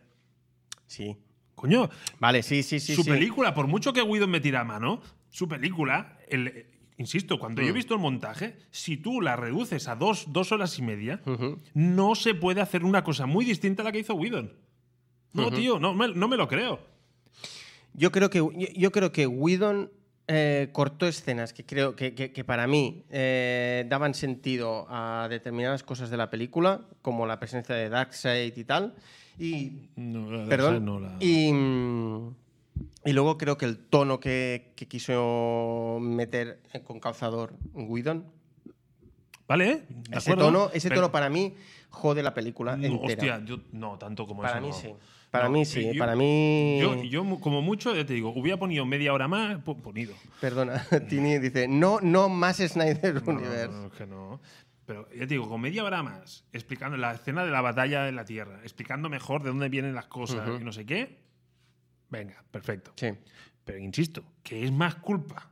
S2: sí.
S1: Coño,
S2: Vale, sí, sí, sí.
S1: su
S2: sí.
S1: película, por mucho que Whedon me tira a mano, su película, el- eh, insisto, cuando yo
S2: Mm.
S1: he visto el montaje, si tú la reduces a dos, dos horas y media,
S2: Ujú.
S1: no se puede hacer una cosa muy distinta a la que hizo Whedon. No, tío, no me- no me lo creo.
S2: Yo creo que, yo, yo creo que Whedon eh, cortó escenas que creo que, que- que para mí eh, daban sentido a determinadas cosas de la película, como la presencia de Darkseid y tal. Y.
S1: No, la de
S2: Perdón.
S1: Sal no, la-
S2: Y. mm, y luego creo que el tono que, que quiso meter con calzador Whedon,
S1: Vale, ¿eh? De
S2: ese
S1: acuerdo.
S2: tono, ese
S1: Pero-
S2: tono para mí jode la película
S1: No,
S2: entera.
S1: hostia, yo no, tanto como
S2: para
S1: eso.
S2: mí
S1: no.
S2: sí. Para
S1: No, eh,
S2: mí sí,
S1: yo-
S2: para mí.
S1: Yo, yo mu- como mucho, ya te digo, hubiera ponido media hora más, po-
S2: *laughs*
S1: ponido.
S2: Perdona, Tini dice, no, no más Snyder
S1: No, no,
S2: Universe.
S1: no, es que no. Pero ya te digo, con media hora más, explicando la escena de la batalla de la Tierra, explicando mejor de dónde vienen las cosas y no sé qué. Venga, perfecto.
S2: Sí.
S1: Pero insisto, que es más culpa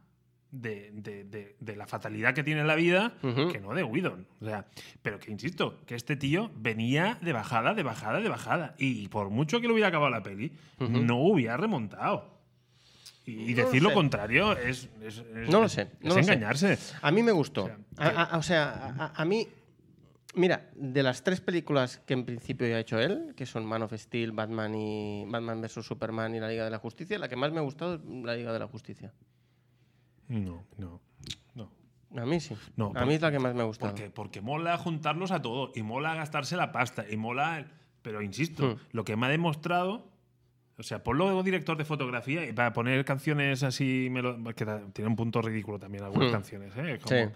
S1: de, de- de- de la fatalidad que tiene la vida
S2: Ujú.
S1: que no de Whedon. O sea, pero que insisto, que este tío venía de bajada, de bajada, de bajada. Y por mucho que le hubiera acabado la peli, no hubiera remontado. Y, y
S2: No lo
S1: decir lo,
S2: sé.
S1: contrario es, es- es-
S2: No lo
S1: es-
S2: sé,
S1: es
S2: no lo sé.
S1: engañarse.
S2: A mí me gustó.
S1: O sea,
S2: A-
S1: que-
S2: a- a- O sea, a, a- a mí, mira, de las tres películas que en principio ya ha hecho él, que son Man of Steel, Batman y Batman vs Superman y la Liga de la Justicia, la que más me ha gustado es la Liga de la Justicia.
S1: No, no, no.
S2: A mí sí.
S1: No,
S2: a
S1: por-
S2: mí es la que más me ha gustado.
S1: Porque, porque mola juntarlos a todos y mola gastarse la pasta y mola. el- Pero insisto,
S2: Hmm.
S1: lo que me ha demostrado. O sea, ponlo director de fotografía y para poner canciones así. melo- que da- tiene un punto ridículo también algunas
S2: Hmm.
S1: canciones, ¿eh? Como,
S2: Sí.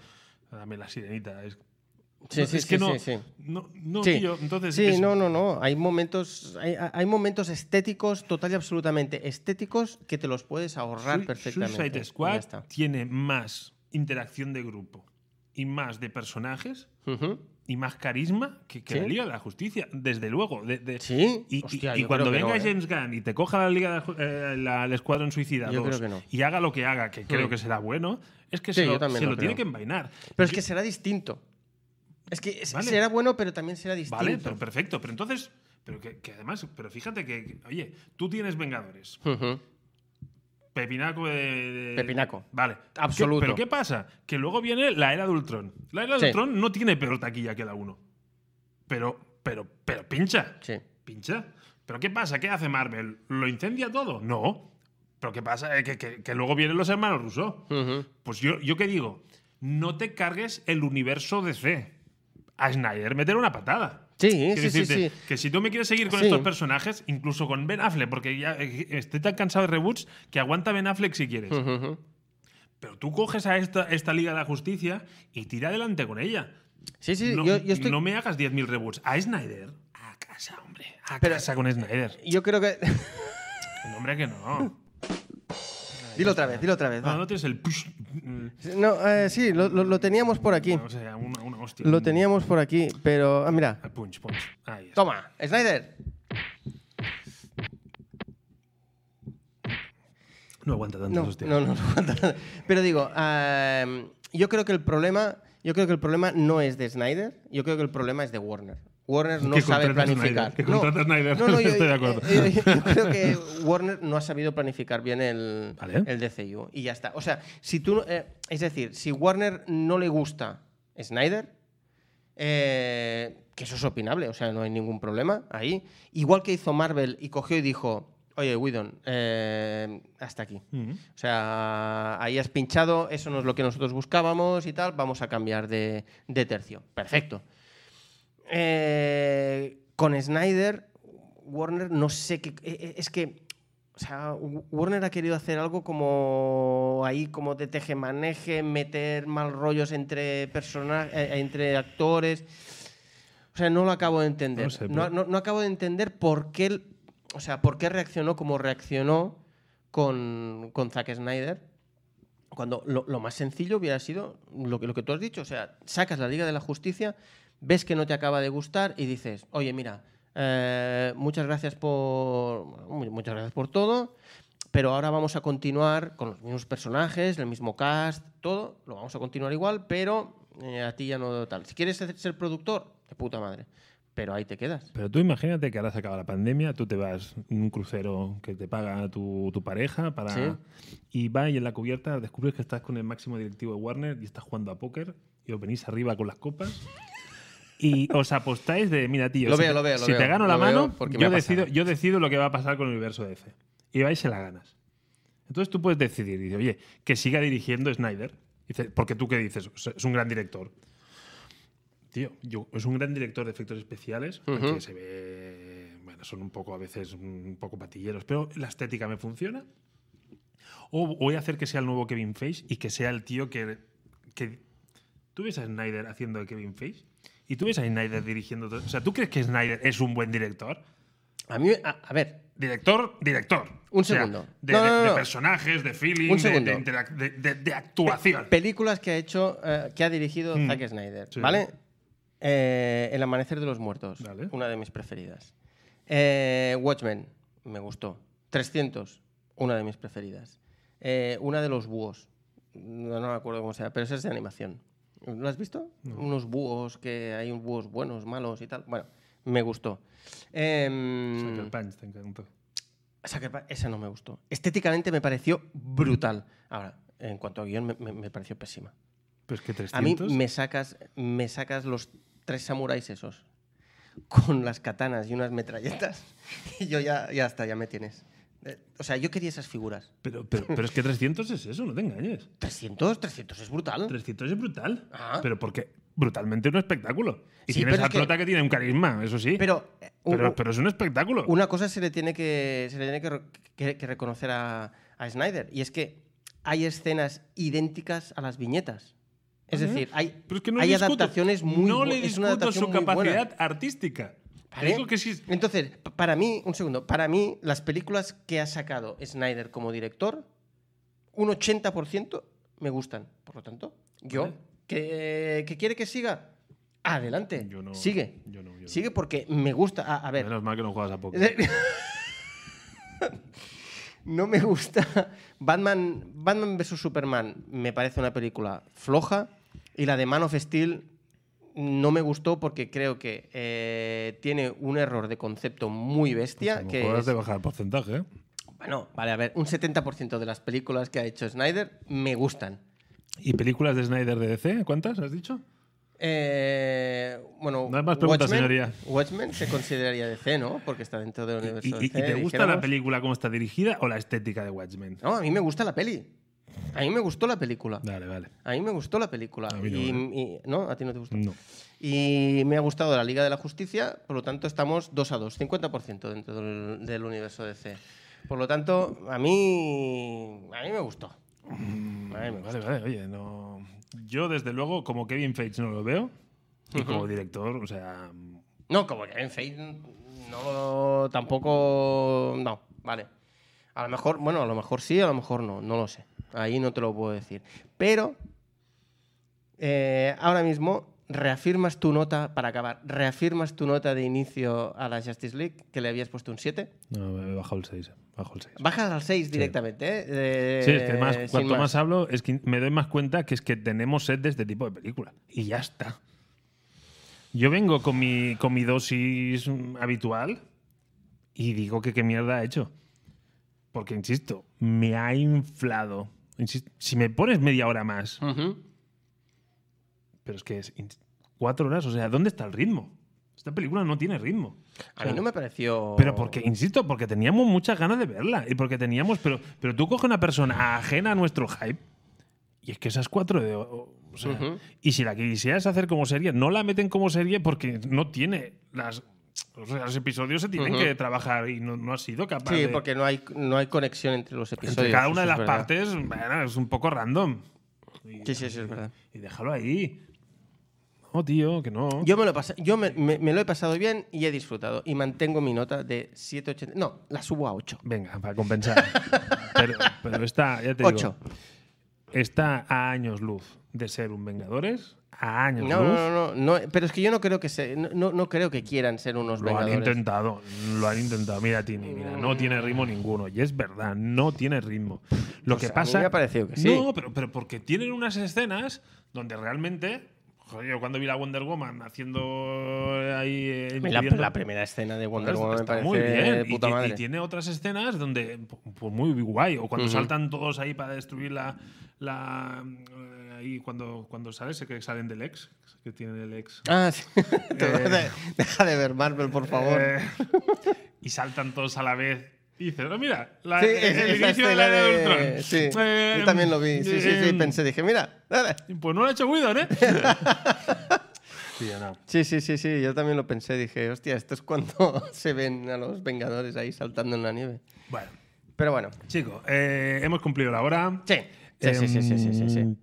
S1: Dame la sirenita. Es,
S2: Sí,
S1: no,
S2: sí,
S1: es
S2: sí,
S1: que no,
S2: sí, sí.
S1: No, no,
S2: Sí.
S1: tío, entonces.
S2: Sí,
S1: es-
S2: no, no, no. Hay momentos, hay, hay momentos estéticos, total y absolutamente estéticos, que te los puedes ahorrar
S1: Sui-
S2: perfectamente.
S1: Suicide
S2: Ya
S1: Squad
S2: está.
S1: tiene más interacción de grupo y más de personajes
S2: Ujú.
S1: y más carisma que, que
S2: ¿Sí?
S1: la Liga de la Justicia, desde luego. de- de-
S2: Sí.
S1: Y, y-
S2: Hostia,
S1: y
S2: yo
S1: cuando
S2: creo que
S1: venga
S2: no, ¿eh?
S1: James Gunn y te coja la Liga de la Ju- eh, la- el Escuadrón Suicida
S2: Yo
S1: 2
S2: creo que no.
S1: y haga lo que haga, que creo
S2: Hmm.
S1: que será bueno, es que
S2: Sí,
S1: se
S2: yo
S1: lo,
S2: también
S1: se
S2: lo
S1: lo tiene que
S2: creo.
S1: envainar.
S2: Pero es
S1: Yo-
S2: que será distinto. Es que es-
S1: Vale.
S2: será bueno, pero también será distinto.
S1: Vale, pero perfecto. Pero entonces, pero que, que además, pero fíjate que, que- oye, tú tienes Vengadores,
S2: Ujú.
S1: Pepinaco de, de-
S2: Pepinaco.
S1: Vale.
S2: Absoluto.
S1: ¿Qué- pero ¿qué pasa? Que luego viene la era de Ultron. La era de
S2: Sí.
S1: Ultron no tiene peor taquilla que la 1. Pero, pero, pero pincha.
S2: Sí.
S1: Pincha. ¿Pero qué pasa? ¿Qué hace Marvel? ¿Lo incendia todo? No. ¿Pero qué pasa? Eh, que, que- que luego vienen los hermanos Russo.
S2: Ujú.
S1: Pues yo, yo qué digo, no te cargues el universo DC. A Snyder meter una patada.
S2: Sí,
S1: Quiero
S2: sí, sí,
S1: decirte
S2: sí.
S1: Que si tú me quieres seguir con
S2: Sí.
S1: estos personajes, incluso con Ben Affleck, porque ya eh, estoy tan cansado de reboots que aguanta Ben Affleck si quieres.
S2: Ujú.
S1: Pero tú coges a esta, esta Liga de la Justicia y tira adelante con ella.
S2: Sí, sí,
S1: no,
S2: yo, yo estoy.
S1: no me hagas 10.000 reboots. A Snyder. A casa, hombre. A
S2: Pero-
S1: casa con Snyder.
S2: Yo creo
S1: *laughs*
S2: que.
S1: No, hombre, que
S2: *laughs*
S1: no.
S2: dilo otra vez, dilo otra vez. va.
S1: No, no tienes el push. mm,
S2: No, eh, sí, lo, lo- lo teníamos por aquí.
S1: O sea, una, una hostia.
S2: Lo
S1: un-
S2: teníamos por aquí, pero. Ah, mira.
S1: Ah, Punch, punch. Ahí está.
S2: Toma, Snyder.
S1: No aguanta tanto,
S2: No, no, *laughs* no, no aguanta. Pero digo, ehm, yo creo que el problema, yo creo que el problema no es de Snyder, yo creo que el problema es de Warner. Warner no
S1: Que
S2: sabe
S1: contrate a
S2: planificar.
S1: Snyder, que
S2: no,
S1: contrate a Snyder, *laughs*
S2: no, no, yo,
S1: estoy de acuerdo.
S2: eh, eh, yo creo que Warner no ha sabido planificar bien el,
S1: Vale.
S2: el DCU y ya está. O sea, si tú, eh, es decir, si Warner no le gusta Snyder, eh, que eso es opinable, o sea, no hay ningún problema ahí. Igual que hizo Marvel y cogió y dijo, oye, Whedon, eh, hasta aquí.
S1: Mm.
S2: O sea, ahí has pinchado, eso no es lo que nosotros buscábamos y tal, vamos a cambiar de, de tercio. Perfecto. Eh, con Snyder, Warner no sé qué... eh, eh, Es que... O sea, Wa- Warner ha querido hacer algo como ahí, como de tejemaneje, meter mal rollos entre, persona- eh, entre actores. O sea, no lo acabo de
S1: No
S2: entender. No,
S1: sé, pero-
S2: no- no acabo de entender por qué, el- o sea, por qué reaccionó como reaccionó con, con Zack Snyder. Cuando lo, lo más sencillo hubiera sido lo que, lo que tú has dicho. O sea, sacas la Liga de la Justicia, ves que no te acaba de gustar y dices, oye, mira, eh, muchas gracias por. mu- Muchas gracias por todo. Pero ahora vamos a continuar con los mismos personajes, el mismo cast, todo, lo vamos a continuar igual, pero eh, a ti ya no tal. Si quieres ser- ser productor, de puta madre. Pero ahí te quedas.
S1: Pero tú imagínate que ahora se acaba la pandemia, tú te vas en un crucero que te paga tu, tu pareja para y va y en la cubierta descubres que estás con el máximo directivo de Warner y estás jugando a póker y os venís arriba con las copas y os apostáis de, mira tío,
S2: Lo
S1: si,
S2: veo,
S1: te-
S2: lo veo, lo
S1: si te
S2: veo,
S1: gano la
S2: lo veo
S1: mano,
S2: porque me
S1: yo
S2: ha pasado.
S1: decido, yo decido lo que va a pasar con el universo de DC. Y vais y se la ganas. Entonces tú puedes decidir, dice, oye, que siga dirigiendo Snyder. Dice, porque tú qué dices, O sea, es un gran director. Tío, yo, es un gran director de efectos especiales, que se ve, bueno, son un poco a veces un poco patilleros, pero la estética me funciona. O voy a hacer que sea el nuevo Kevin Feige y que sea el tío que, que tú ves a Snyder haciendo de Kevin Feige y tú ves a Snyder dirigiendo, todo- o sea, ¿tú crees que Snyder es un buen director?
S2: A mí, a, a ver,
S1: Director, director.
S2: Un
S1: O sea,
S2: segundo.
S1: de,
S2: No,
S1: de-
S2: no, no,
S1: de
S2: no.
S1: personajes, de feeling, de-
S2: Un
S1: de,
S2: segundo.
S1: interac- de- de- de actuación.
S2: películas que ha hecho, eh, que ha dirigido
S1: Mm.
S2: Zack Snyder,
S1: Sí.
S2: ¿vale? Eh, El amanecer de los muertos,
S1: Vale.
S2: una de mis preferidas. Eh, Watchmen, me gustó. 300, una de mis preferidas. Eh, una de los búhos, no, no me acuerdo cómo sea, pero esa es de animación. ¿Lo has visto? Unos búhos que hay búhos buenos, malos y tal. Bueno, me gustó. Em,
S1: Sucker Punch, te encantó.
S2: Sucker Punch, esa no me gustó. Estéticamente me pareció brutal. Ahora, en cuanto a guión, me- me- me pareció pésima.
S1: Pues que
S2: A mí
S1: 300.
S2: me sacas, me sacas los tres samuráis esos con las katanas y unas metralletas *laughs* y yo ya, ya está, ya me tienes. Eh, O sea, yo quería esas figuras.
S1: Pero, pero- pero es que 300 es eso, no te engañes.
S2: 300, 300 es brutal.
S1: 300 es brutal.
S2: Ah.
S1: Pero porque brutalmente un espectáculo. Y
S2: Sí,
S1: tienes
S2: pero
S1: a
S2: es que-
S1: Prota que... tiene un carisma, eso sí.
S2: Pero, eh, un-
S1: pero,
S2: un-
S1: pero es un espectáculo.
S2: una cosa se le tiene que, se le tiene que, re- que- que reconocer a, a Snyder, y es que hay escenas idénticas a las viñetas. Es
S1: Ajá.
S2: decir, hay,
S1: Ah, Pero es que no
S2: hay
S1: le discuto-
S2: adaptaciones muy
S1: No
S2: bu-
S1: le
S2: es una
S1: discuto
S2: adaptación
S1: su
S2: muy buena.
S1: capacidad artística.
S2: ¿Vale?
S1: Te digo que sí. es-
S2: Entonces, p- para mí, un segundo, para mí, las películas que ha sacado Snyder como director, un 80% me gustan. Por lo tanto, yo,
S1: Vale.
S2: que, que quiere que siga, adelante.
S1: Yo no-
S2: sigue.
S1: yo no, yo no.
S2: sigue porque me gusta. A, a ver.
S1: Menos mal que no juegas a poco.
S2: *laughs* no me gusta. Batman, Batman vs Superman me parece una película floja. Y la de Man of Steel no me gustó porque creo que eh, tiene un error de concepto muy bestia. que
S1: juegas
S2: es-
S1: de bajar porcentaje. ¿eh?
S2: Bueno, vale, a ver, un 70% de las películas que ha hecho Snyder me gustan.
S1: ¿Y películas de Snyder de DC? ¿Cuántas has dicho?
S2: Eh, bueno,
S1: No hay más preguntas,
S2: Watchmen-
S1: señoría.
S2: Watchmen se consideraría DC, ¿no? Porque está dentro del universo.
S1: ¿Y, y- y
S2: DC,
S1: te gusta
S2: dijéramos.
S1: la película cómo está dirigida o la estética de Watchmen?
S2: No, a mí me gusta la peli. A mí me gustó la película.
S1: Vale, vale.
S2: A mí me gustó la película.
S1: A mí no,
S2: y,
S1: ¿eh?
S2: y- ¿no? A ti no te gustó.
S1: No.
S2: Y me ha gustado la Liga de la Justicia, por lo tanto estamos 2 a 2, 50% dentro del, del universo DC. Por lo tanto, a mí, a mí me gustó. A mí me
S1: Vale, vale, oye, no. Yo, desde luego, como Kevin Feige no lo veo. Y como director, o sea.
S2: No, como que en Fate no tampoco no, vale. A lo mejor, bueno, a lo mejor sí, a lo mejor no, no lo sé. Ahí no te lo puedo decir. Pero eh, ahora mismo reafirmas tu nota para acabar. Reafirmas tu nota de inicio a la Justice League que le habías puesto un 7.
S1: No, me he bajado el 6. Bajo el 6.
S2: Bajas al 6 directamente, ¿eh? Eh,
S1: Sí, es que además,
S2: sin
S1: cuanto más. hablo, es que me doy más cuenta que es que tenemos sed de este tipo de película. Y ya está. Yo vengo con mi, con mi dosis mm, habitual y digo que qué mierda ha hecho. Porque, insisto, me ha inflado. Insisto, si me pones media hora más,
S2: Ujú.
S1: pero es que es ins- cuatro horas, o sea, ¿dónde está el ritmo? Esta película no tiene ritmo. O
S2: A
S1: sea,
S2: mí no me pareció.
S1: pero porque, insisto, porque teníamos muchas ganas de verla. Y porque teníamos. Pero, pero tú coges una persona ajena a nuestro hype. Y es que esas cuatro de. o- o sea,
S2: Ujú.
S1: Y si la quisieras hacer como serie, no la meten como serie porque no tiene las. o sea, los episodios se tienen
S2: Ujú.
S1: que trabajar y no, no ha sido capaz
S2: Sí,
S1: de.
S2: porque no hay, no hay conexión entre los episodios.
S1: entre cada una de
S2: eso
S1: las
S2: es verdad.
S1: partes bueno, es un poco random. Y-
S2: Sí, sí, sí, es verdad.
S1: Y déjalo ahí. No, tío, que no.
S2: Yo, me lo, he pasa- yo me, me- me lo he pasado bien y he disfrutado. Y mantengo mi nota de 7,80. No, la subo a 8.
S1: Venga, para compensar. pero, pero está, ya te
S2: 8.
S1: digo. está a años luz de ser un Vengadores. A años
S2: No, no,
S1: luz.
S2: no, no, no, Pero es que yo no creo que, se, no, no- no creo que quieran ser unos
S1: Lo han
S2: vengadores.
S1: intentado, lo han intentado. Mira, Tini, mira, no tiene ritmo ninguno. Y es verdad, no tiene ritmo. Lo
S2: Pues
S1: que
S2: a mí
S1: pasa.
S2: me ha parecido que sí.
S1: No, pero, pero porque tienen unas escenas donde realmente. Joder, yo cuando vi la Wonder Woman haciendo ahí. eh,
S2: A mí La,
S1: impidiendo-
S2: la primera escena de Wonder
S1: Claro,
S2: Woman me
S1: está
S2: parece
S1: muy bien.
S2: de
S1: Y
S2: puta
S1: ti- y,
S2: madre.
S1: tiene otras escenas donde, pues muy guay, o cuando
S2: Ujú.
S1: saltan todos ahí para destruir la. la eh, ahí cuando, cuando sale, sé que salen del ex, que tienen el ex.
S2: Ah, sí. *laughs* Deja de ver Marvel, por favor.
S1: Eh, y saltan todos a la vez. Y dices, "No, mira, la-
S2: sí,
S1: el,
S2: esa
S1: el inicio de
S2: escena
S1: la era de Ultron.
S2: Sí,
S1: Eh,
S2: yo también lo vi. Sí, sí, sí.
S1: eh,
S2: Pensé, dije, mira, dale.
S1: Pues no lo ha hecho Whedon,
S2: *laughs*
S1: ¿eh? sí, no.
S2: Sí, sí, sí, sí, yo también lo pensé. Dije, hostia, esto es cuando *laughs* se ven a los Vengadores ahí saltando en la nieve.
S1: Bueno,
S2: Pero bueno,
S1: chicos, eh, hemos cumplido la hora.
S2: sí. Sí, sí, sí, sí, sí, sí, sí.
S1: Em,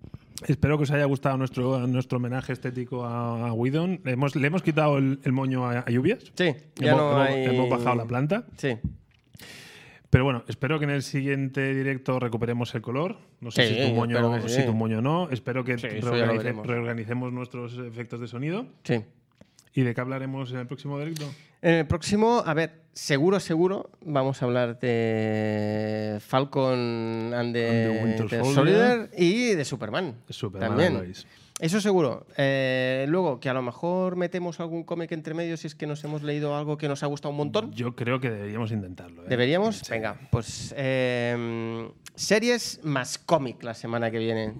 S1: Espero que os haya gustado nuestro, nuestro homenaje estético a, a Whedon. Le hemos, le hemos quitado el, el moño a, a lluvias.
S2: Sí, ya
S1: hemos,
S2: no
S1: hemos-
S2: hay...
S1: hemos bajado la planta.
S2: Sí,
S1: Pero bueno, espero que en el siguiente directo recuperemos el color. No sé
S2: Sí,
S1: si, tu
S2: yo
S1: moño,
S2: espero que
S1: si
S2: sí.
S1: tu moño no. Espero que
S2: Sí, eso ya lo
S1: reorganice-
S2: veremos.
S1: reorganicemos nuestros efectos de sonido.
S2: sí.
S1: ¿Y de qué hablaremos en el próximo directo?
S2: En el próximo, a ver, seguro, seguro, vamos a hablar de Falcon and the,
S1: And the Winter
S2: the
S1: Soldier.
S2: Soldier y de Superman.
S1: De Superman, lo
S2: También.
S1: veis.
S2: Eso seguro. Eh, luego, que a lo mejor metemos algún cómic entre medio si es que nos hemos leído algo que nos ha gustado un montón.
S1: Yo creo que deberíamos intentarlo. ¿eh?
S2: ¿Deberíamos?
S1: Sí.
S2: Venga, em, pues eh, series más cómic la semana que viene.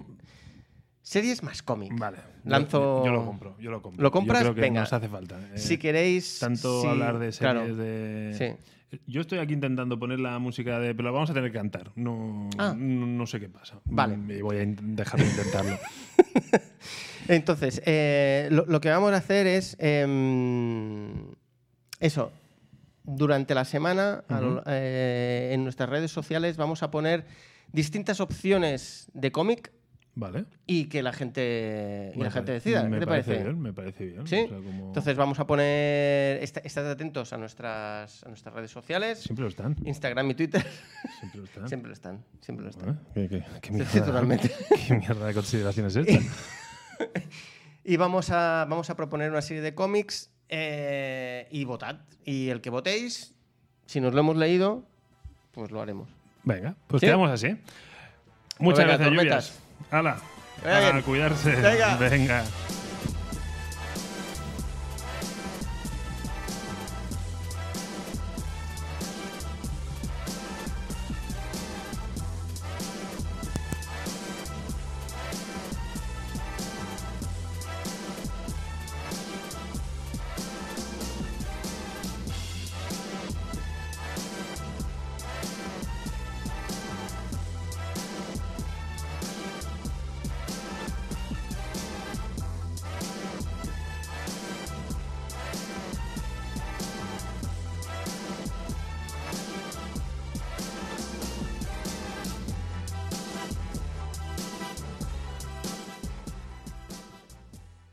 S2: Series más cómic.
S1: Vale. Yo-
S2: Lanzo-
S1: Yo, lo compro, yo lo compro.
S2: ¿Lo
S1: Yo
S2: compras?
S1: creo que
S2: Venga.
S1: nos hace falta. eh,
S2: si queréis.
S1: Tanto
S2: sí,
S1: hablar de series
S2: claro.
S1: de.
S2: Sí.
S1: Yo estoy aquí intentando poner la música de. Pero la vamos a tener que cantar. No,
S2: Ah.
S1: no, no sé qué pasa.
S2: Vale.
S1: Me voy a in- dejar de
S2: *laughs*
S1: intentarlo.
S2: Entonces, eh, lo, lo que vamos a hacer es. eh, eso. Durante la semana, a lo- eh, en nuestras redes sociales, vamos a poner distintas opciones de cómic
S1: vale.
S2: y que la gente, y
S1: Me
S2: la
S1: pare-
S2: gente decida.
S1: Me
S2: ¿Qué te
S1: parece?
S2: parece?
S1: bien, me parece bien.
S2: ¿Sí?
S1: O sea, como-
S2: Entonces vamos a poner. esta- Estad atentos a nuestras, a nuestras redes sociales.
S1: Siempre lo están.
S2: Instagram y Twitter.
S1: Siempre lo están.
S2: *laughs* Siempre lo están. Siempre lo están.
S1: Bueno, ¿Qué, qué- qué
S2: Sí,
S1: mierda,
S2: totalmente.
S1: *laughs* ¿Qué mierda de consideración es esta?
S2: *laughs* Y vamos a, vamos a proponer una serie de cómics eh, y votad. Y el que votéis, si nos lo hemos leído, pues lo haremos.
S1: Venga, pues
S2: ¿Sí?
S1: quedamos así. Muchas
S2: venga,
S1: gracias,
S2: tormentas.
S1: Lluvias. Hala.
S2: Que vaya
S1: A
S2: bien.
S1: cuidarse.
S2: Venga.
S1: Venga.